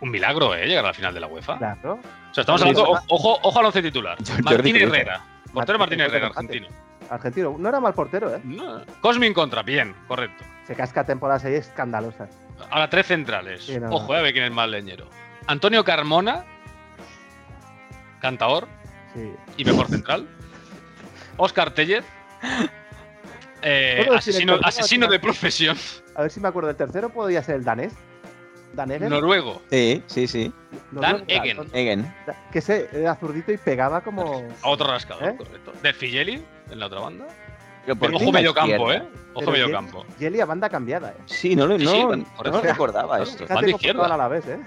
[SPEAKER 4] un milagro, ¿eh? Llegar a la final de la UEFA.
[SPEAKER 3] Claro.
[SPEAKER 4] O sea, estamos hablando, o- ojo, ojo al once titular.
[SPEAKER 1] Jordi
[SPEAKER 4] Martín
[SPEAKER 1] Cruyff.
[SPEAKER 4] Herrera. Portero Martín
[SPEAKER 3] Martín
[SPEAKER 4] Herrera,
[SPEAKER 3] Cruyff, empate.
[SPEAKER 4] argentino.
[SPEAKER 3] Argentino. No era mal portero, ¿eh?
[SPEAKER 4] No, Cosmin contra, bien, correcto.
[SPEAKER 3] Se casca temporadas ahí escandalosas.
[SPEAKER 4] Ahora tres centrales.
[SPEAKER 3] Sí, no,
[SPEAKER 4] Ojo,
[SPEAKER 3] no.
[SPEAKER 4] eh, a ver quién es más leñero. Antonio Carmona, cantaor
[SPEAKER 3] Sí.
[SPEAKER 4] y mejor central. Oscar Tellez, eh,
[SPEAKER 3] Puedo decir
[SPEAKER 4] asesino,
[SPEAKER 3] el tercero,
[SPEAKER 4] asesino
[SPEAKER 3] tío.
[SPEAKER 4] de profesión,
[SPEAKER 3] A ver si me acuerdo. El tercero podía ser el danés. Dan Egen.
[SPEAKER 4] noruego.
[SPEAKER 1] Sí, sí, sí.
[SPEAKER 3] Noruego,
[SPEAKER 4] Dan Egen.
[SPEAKER 1] Egen.
[SPEAKER 3] da- Que ese era zurdito y pegaba como.
[SPEAKER 4] Otro rascador,
[SPEAKER 3] ¿Eh?
[SPEAKER 4] correcto. De Figeli, en la otra banda.
[SPEAKER 1] Pero
[SPEAKER 4] Pero ojo
[SPEAKER 1] fin, la
[SPEAKER 4] medio campo, ¿eh.
[SPEAKER 1] izquierda.
[SPEAKER 4] Ojo
[SPEAKER 3] Pero
[SPEAKER 4] medio
[SPEAKER 3] Jelly-
[SPEAKER 4] campo.
[SPEAKER 3] Jelly a banda cambiada, ¿eh?
[SPEAKER 1] Sí, no, lo-
[SPEAKER 4] Sí,
[SPEAKER 1] no,
[SPEAKER 4] sí,
[SPEAKER 1] no,
[SPEAKER 4] correcto.
[SPEAKER 1] recordaba esto.
[SPEAKER 4] Banda
[SPEAKER 3] Fíjate cómo
[SPEAKER 4] izquierda.
[SPEAKER 3] jugaban a la vez, ¿eh?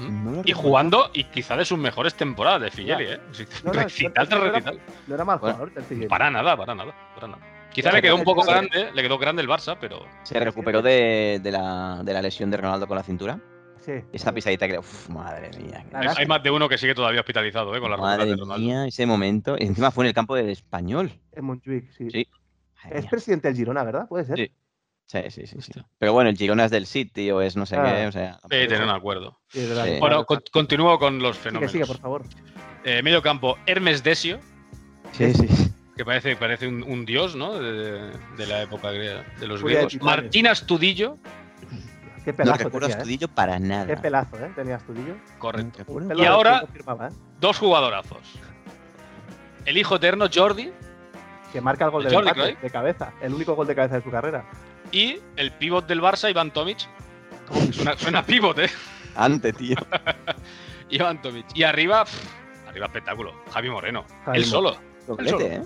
[SPEAKER 1] No lo
[SPEAKER 4] Y
[SPEAKER 1] recordaba.
[SPEAKER 4] jugando, y quizá de sus mejores temporadas de Figeli, ¿eh?
[SPEAKER 3] No, no,
[SPEAKER 4] Recital tras
[SPEAKER 3] no, no, no,
[SPEAKER 4] recital.
[SPEAKER 3] No era mal
[SPEAKER 1] Bueno,
[SPEAKER 3] jugador, el Figueiredo.
[SPEAKER 4] Para nada, para nada, para nada. Quizá
[SPEAKER 3] Bueno,
[SPEAKER 4] le quedó un poco
[SPEAKER 3] sí.
[SPEAKER 4] grande, le quedó grande el Barça, pero
[SPEAKER 1] Se recuperó de, de la, de la lesión de Ronaldo con la cintura.
[SPEAKER 3] Sí, Sí.
[SPEAKER 1] Esa pisadita que le. Uf, madre mía.
[SPEAKER 3] La
[SPEAKER 4] Hay,
[SPEAKER 3] verdad
[SPEAKER 4] hay más de uno que sigue todavía hospitalizado, ¿eh? Con la ruptura
[SPEAKER 1] Madre
[SPEAKER 4] de Ronaldo.
[SPEAKER 1] mía, ese momento. Y encima fue en el campo del español.
[SPEAKER 3] En Montjuic, sí.
[SPEAKER 1] Sí. Madre
[SPEAKER 3] Es
[SPEAKER 1] mía.
[SPEAKER 3] presidente del Girona, ¿verdad? Puede ser.
[SPEAKER 1] Sí. Sí, sí, sí, sí.
[SPEAKER 4] Hostia.
[SPEAKER 1] Pero bueno, el Girona es del City o es no sé
[SPEAKER 3] Ah.
[SPEAKER 1] qué. O sea,
[SPEAKER 4] Sí, tener un acuerdo.
[SPEAKER 3] Sí, es verdad.
[SPEAKER 1] Sí.
[SPEAKER 4] Bueno, con-
[SPEAKER 3] Sí,
[SPEAKER 4] continúo con los
[SPEAKER 3] que
[SPEAKER 4] fenómenos.
[SPEAKER 3] sigue, por favor.
[SPEAKER 4] Eh, medio campo, Hermes Desio,
[SPEAKER 1] sí, sí.
[SPEAKER 4] que parece, parece un, un dios, ¿no? De, de la época griega, de los
[SPEAKER 3] Furia de
[SPEAKER 4] griegos.
[SPEAKER 3] titanes.
[SPEAKER 4] Martín Astudillo,
[SPEAKER 3] Qué
[SPEAKER 1] No
[SPEAKER 3] pelazo
[SPEAKER 1] recuerdo a
[SPEAKER 3] tenía, ¿eh?
[SPEAKER 1] Astudillo para
[SPEAKER 3] Qué
[SPEAKER 1] nada.
[SPEAKER 3] pelazo, ¿eh? Tenía Astudillo.
[SPEAKER 1] No
[SPEAKER 4] correcto.
[SPEAKER 1] recuerdo.
[SPEAKER 3] Pelo de
[SPEAKER 4] ahora-
[SPEAKER 3] que firmaba, ¿eh?
[SPEAKER 4] Dos jugadorazos. El hijo eterno, Jordi,
[SPEAKER 3] Que marca el gol
[SPEAKER 4] ¿De
[SPEAKER 3] del
[SPEAKER 4] Jordi
[SPEAKER 3] empate,
[SPEAKER 4] Cruyff?
[SPEAKER 3] de cabeza. El único gol de cabeza de su carrera.
[SPEAKER 4] y el pívot del Barça, Iván Tomic. Suena, suena pívot, ¿eh?
[SPEAKER 1] Ante, tío.
[SPEAKER 4] Iván Tomic. Y arriba, pff, arriba espectáculo, Javi Moreno.
[SPEAKER 3] Javi Moreno.
[SPEAKER 4] él solo.
[SPEAKER 1] Doblete, ¿eh?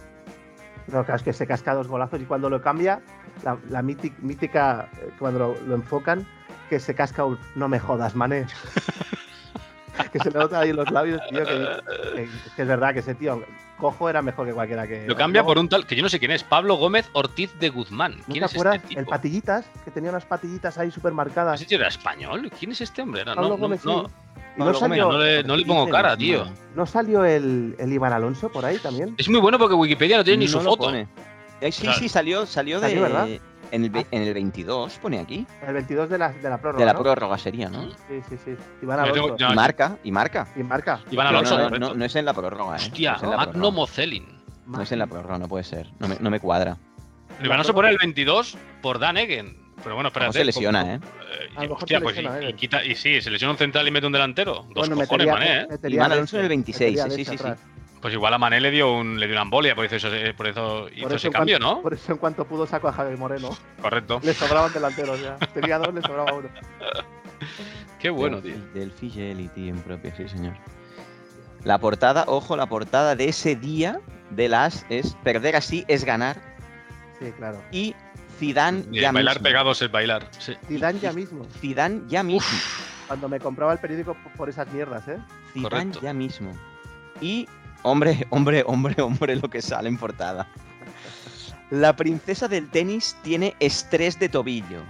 [SPEAKER 3] No, claro, es que se casca dos golazos y cuando lo cambia, la, la míti- mítica, eh, cuando lo, lo enfocan, que se casca un no me jodas, mané. que se le nota ahí en los labios, tío, que, que- que es verdad que ese tío cojo era mejor que cualquiera que.
[SPEAKER 4] Lo cambia
[SPEAKER 3] Luego,
[SPEAKER 4] por un tal, que yo no sé quién es, Pablo Gómez Ortiz de Guzmán.
[SPEAKER 3] ¿No
[SPEAKER 4] ¿Quién
[SPEAKER 3] te
[SPEAKER 4] es
[SPEAKER 3] acuerdas?
[SPEAKER 4] este
[SPEAKER 3] el
[SPEAKER 4] tipo?
[SPEAKER 3] patillitas, que tenía unas patillitas ahí súper
[SPEAKER 4] No
[SPEAKER 3] marcadas.
[SPEAKER 4] sé si era español. ¿Quién es este hombre? Era- No,
[SPEAKER 3] Pablo
[SPEAKER 4] no,
[SPEAKER 3] Gómez, sí.
[SPEAKER 4] no,
[SPEAKER 3] Y no,
[SPEAKER 1] Pablo Gómez,
[SPEAKER 3] salió,
[SPEAKER 4] no le, no le pongo cara, tío.
[SPEAKER 3] ¿no salió el, el Iván Alonso por ahí también.
[SPEAKER 4] Es muy bueno porque Wikipedia no tiene ni su
[SPEAKER 1] No lo
[SPEAKER 4] foto.
[SPEAKER 1] pone. Eh, Sí,
[SPEAKER 4] Claro.
[SPEAKER 1] sí, salió, salió de.
[SPEAKER 3] Salió, ¿verdad? Ah.
[SPEAKER 1] En el, ve- en el 22, pone aquí.
[SPEAKER 3] El 22 de la, de la prórroga.
[SPEAKER 1] De la
[SPEAKER 3] ¿no?
[SPEAKER 1] prórroga sería, ¿no?
[SPEAKER 3] Sí, sí, sí. Iván
[SPEAKER 4] Yo tengo-
[SPEAKER 3] Alonso.
[SPEAKER 4] yo-
[SPEAKER 1] Y marca, y marca.
[SPEAKER 3] Y marca.
[SPEAKER 4] Iván
[SPEAKER 1] No,
[SPEAKER 4] Alonso,
[SPEAKER 1] no, no,
[SPEAKER 4] correcto.
[SPEAKER 1] no, no es en la prórroga, ¿eh?
[SPEAKER 4] Hostia,
[SPEAKER 1] no es en la
[SPEAKER 4] Magno
[SPEAKER 1] prórroga.
[SPEAKER 4] Mocelin.
[SPEAKER 1] No es en la prórroga, no puede ser. No me, no me cuadra.
[SPEAKER 4] Le van a suponer el 22 por Dan Egen. Pero bueno, espérate.
[SPEAKER 1] Como se lesiona,
[SPEAKER 4] ¿cómo-
[SPEAKER 1] ¿eh?
[SPEAKER 4] Eh,
[SPEAKER 3] A lo mejor
[SPEAKER 4] hostia,
[SPEAKER 3] se
[SPEAKER 4] pues y,
[SPEAKER 3] lesiona,
[SPEAKER 4] y
[SPEAKER 3] Egen.
[SPEAKER 4] quita, y sí, se lesiona un central y mete un delantero. Dos
[SPEAKER 3] Bueno,
[SPEAKER 4] cojones,
[SPEAKER 3] metería-
[SPEAKER 4] Mané, ¿eh?
[SPEAKER 3] metería
[SPEAKER 1] Iván
[SPEAKER 3] de
[SPEAKER 1] Alonso en el 26,
[SPEAKER 3] metería de
[SPEAKER 1] sí, sí, sí.
[SPEAKER 3] atrás.
[SPEAKER 4] Pues igual a Mané le dio, un, le dio una embolia, por eso, hizo- por eso hizo
[SPEAKER 3] eso
[SPEAKER 4] ese
[SPEAKER 3] en
[SPEAKER 4] cambio, ¿no?
[SPEAKER 3] Por eso en cuanto pudo sacó a Javier Moreno.
[SPEAKER 4] Correcto.
[SPEAKER 3] Le sobraban delanteros ya. Tenía dos, le sobraba uno.
[SPEAKER 4] Qué bueno, tío.
[SPEAKER 1] Del Fidelity en propio, sí, señor. La portada, ojo, la portada de ese día de las es perder así es ganar
[SPEAKER 3] Sí, claro.
[SPEAKER 1] y Zidane
[SPEAKER 4] Y
[SPEAKER 1] ya
[SPEAKER 4] el bailar
[SPEAKER 1] mismo.
[SPEAKER 4] pegados es bailar. Sí.
[SPEAKER 3] Zidane ya mismo.
[SPEAKER 1] Zidane ya mismo.
[SPEAKER 3] Cuando me compraba el periódico p- por esas mierdas, ¿eh?
[SPEAKER 1] Zidane
[SPEAKER 4] correcto.
[SPEAKER 1] ya mismo. Y hombre, hombre, hombre, hombre, lo que sale en portada. La princesa del tenis tiene estrés de tobillo.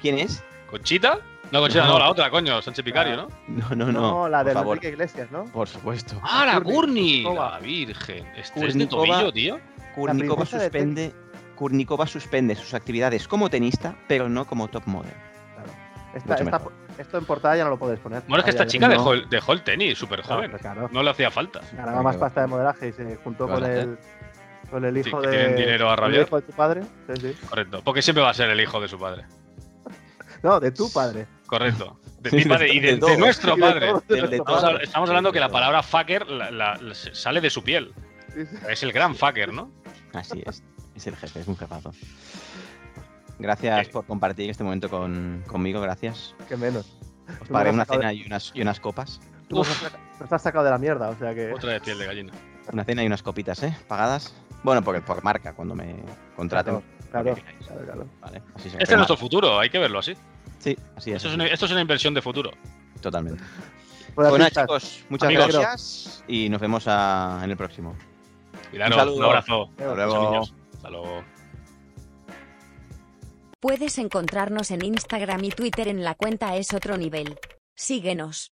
[SPEAKER 1] ¿Quién es?
[SPEAKER 4] ¿Conchita? No, Conchita,
[SPEAKER 1] No.
[SPEAKER 4] no, la otra, coño, Sánchez Picario, ¿no?
[SPEAKER 1] No, no, no.
[SPEAKER 3] la
[SPEAKER 1] por
[SPEAKER 3] de
[SPEAKER 1] favor.
[SPEAKER 3] Enrique Iglesias, ¿no?
[SPEAKER 1] Por supuesto.
[SPEAKER 4] Ah, la Gurni.
[SPEAKER 3] Kurnikova.
[SPEAKER 4] La Virgen. Estrés de
[SPEAKER 1] Kurnikova.
[SPEAKER 4] tobillo, tío.
[SPEAKER 1] Kurnikova
[SPEAKER 3] princesa de
[SPEAKER 1] suspende, Kurnikova suspende sus actividades como tenista, pero no como top model.
[SPEAKER 3] Claro. Esta-
[SPEAKER 1] Mucho
[SPEAKER 3] esta-
[SPEAKER 1] mejor.
[SPEAKER 3] esto en portada ya no lo podéis poner.
[SPEAKER 4] Bueno, es que
[SPEAKER 3] Había-
[SPEAKER 4] esta chica
[SPEAKER 1] no.
[SPEAKER 4] dejó, el- dejó el tenis súper
[SPEAKER 3] Claro,
[SPEAKER 4] joven.
[SPEAKER 3] claro.
[SPEAKER 4] No le hacía falta.
[SPEAKER 3] Ganaba más pasta de modelaje y se juntó
[SPEAKER 1] ¿Qué van
[SPEAKER 3] con
[SPEAKER 1] a
[SPEAKER 3] el, con el hijo
[SPEAKER 4] que
[SPEAKER 3] de.
[SPEAKER 4] tienen dinero a
[SPEAKER 3] con el
[SPEAKER 4] rabiar.
[SPEAKER 3] hijo de tu padre. Sí, sí.
[SPEAKER 4] Correcto. Porque siempre va a ser el hijo de su padre.
[SPEAKER 3] No, de tu padre.
[SPEAKER 4] Correcto. De,
[SPEAKER 1] Sí,
[SPEAKER 4] mi padre
[SPEAKER 1] de-
[SPEAKER 4] y
[SPEAKER 1] de
[SPEAKER 4] de, de
[SPEAKER 1] todo.
[SPEAKER 4] nuestro
[SPEAKER 3] Y de
[SPEAKER 4] padre.
[SPEAKER 3] todos
[SPEAKER 1] de- de
[SPEAKER 3] nuestros
[SPEAKER 1] todos.
[SPEAKER 4] Estamos,
[SPEAKER 3] padres.
[SPEAKER 4] hab- estamos hablando que la palabra fucker la- la- la- se- sale de su piel.
[SPEAKER 3] Sí, sí.
[SPEAKER 4] Es el gran fucker, ¿no?
[SPEAKER 1] Así es. Es el jefe, es un jefazo. Gracias
[SPEAKER 4] Eh.
[SPEAKER 1] por compartir este momento con- conmigo, gracias.
[SPEAKER 3] Que menos.
[SPEAKER 1] Os
[SPEAKER 3] Tú
[SPEAKER 1] pagaré
[SPEAKER 3] me
[SPEAKER 1] una
[SPEAKER 3] has sacado
[SPEAKER 1] cena y unas, y unas copas.
[SPEAKER 3] Tú nos has saca- nos has sacado de la mierda, o sea que.
[SPEAKER 4] Otra de piel de gallina.
[SPEAKER 1] Una cena y unas copitas, ¿eh? Pagadas. Bueno, por, por marca, cuando me contraten.
[SPEAKER 3] Claro,
[SPEAKER 1] Porque queráis.
[SPEAKER 3] claro, claro.
[SPEAKER 1] Vale, así se
[SPEAKER 4] Este es
[SPEAKER 1] firma.
[SPEAKER 4] nuestro futuro, hay que verlo así.
[SPEAKER 1] Sí, así es.
[SPEAKER 4] Esto
[SPEAKER 1] así
[SPEAKER 4] es una, esto es una inversión de futuro.
[SPEAKER 1] es, Totalmente.
[SPEAKER 3] Bueno,
[SPEAKER 1] Bueno,
[SPEAKER 3] chicas,
[SPEAKER 1] chicos, muchas
[SPEAKER 4] Amigos.
[SPEAKER 1] gracias y nos vemos a- en el próximo.
[SPEAKER 4] Milanos,
[SPEAKER 1] Un
[SPEAKER 4] un,
[SPEAKER 1] saludo.
[SPEAKER 4] abrazo.
[SPEAKER 1] Hasta
[SPEAKER 3] Adiós.
[SPEAKER 1] luego.
[SPEAKER 4] Niños. Hasta luego.
[SPEAKER 2] Puedes encontrarnos en Instagram y Twitter en la cuenta Es Otro Nivel. Síguenos.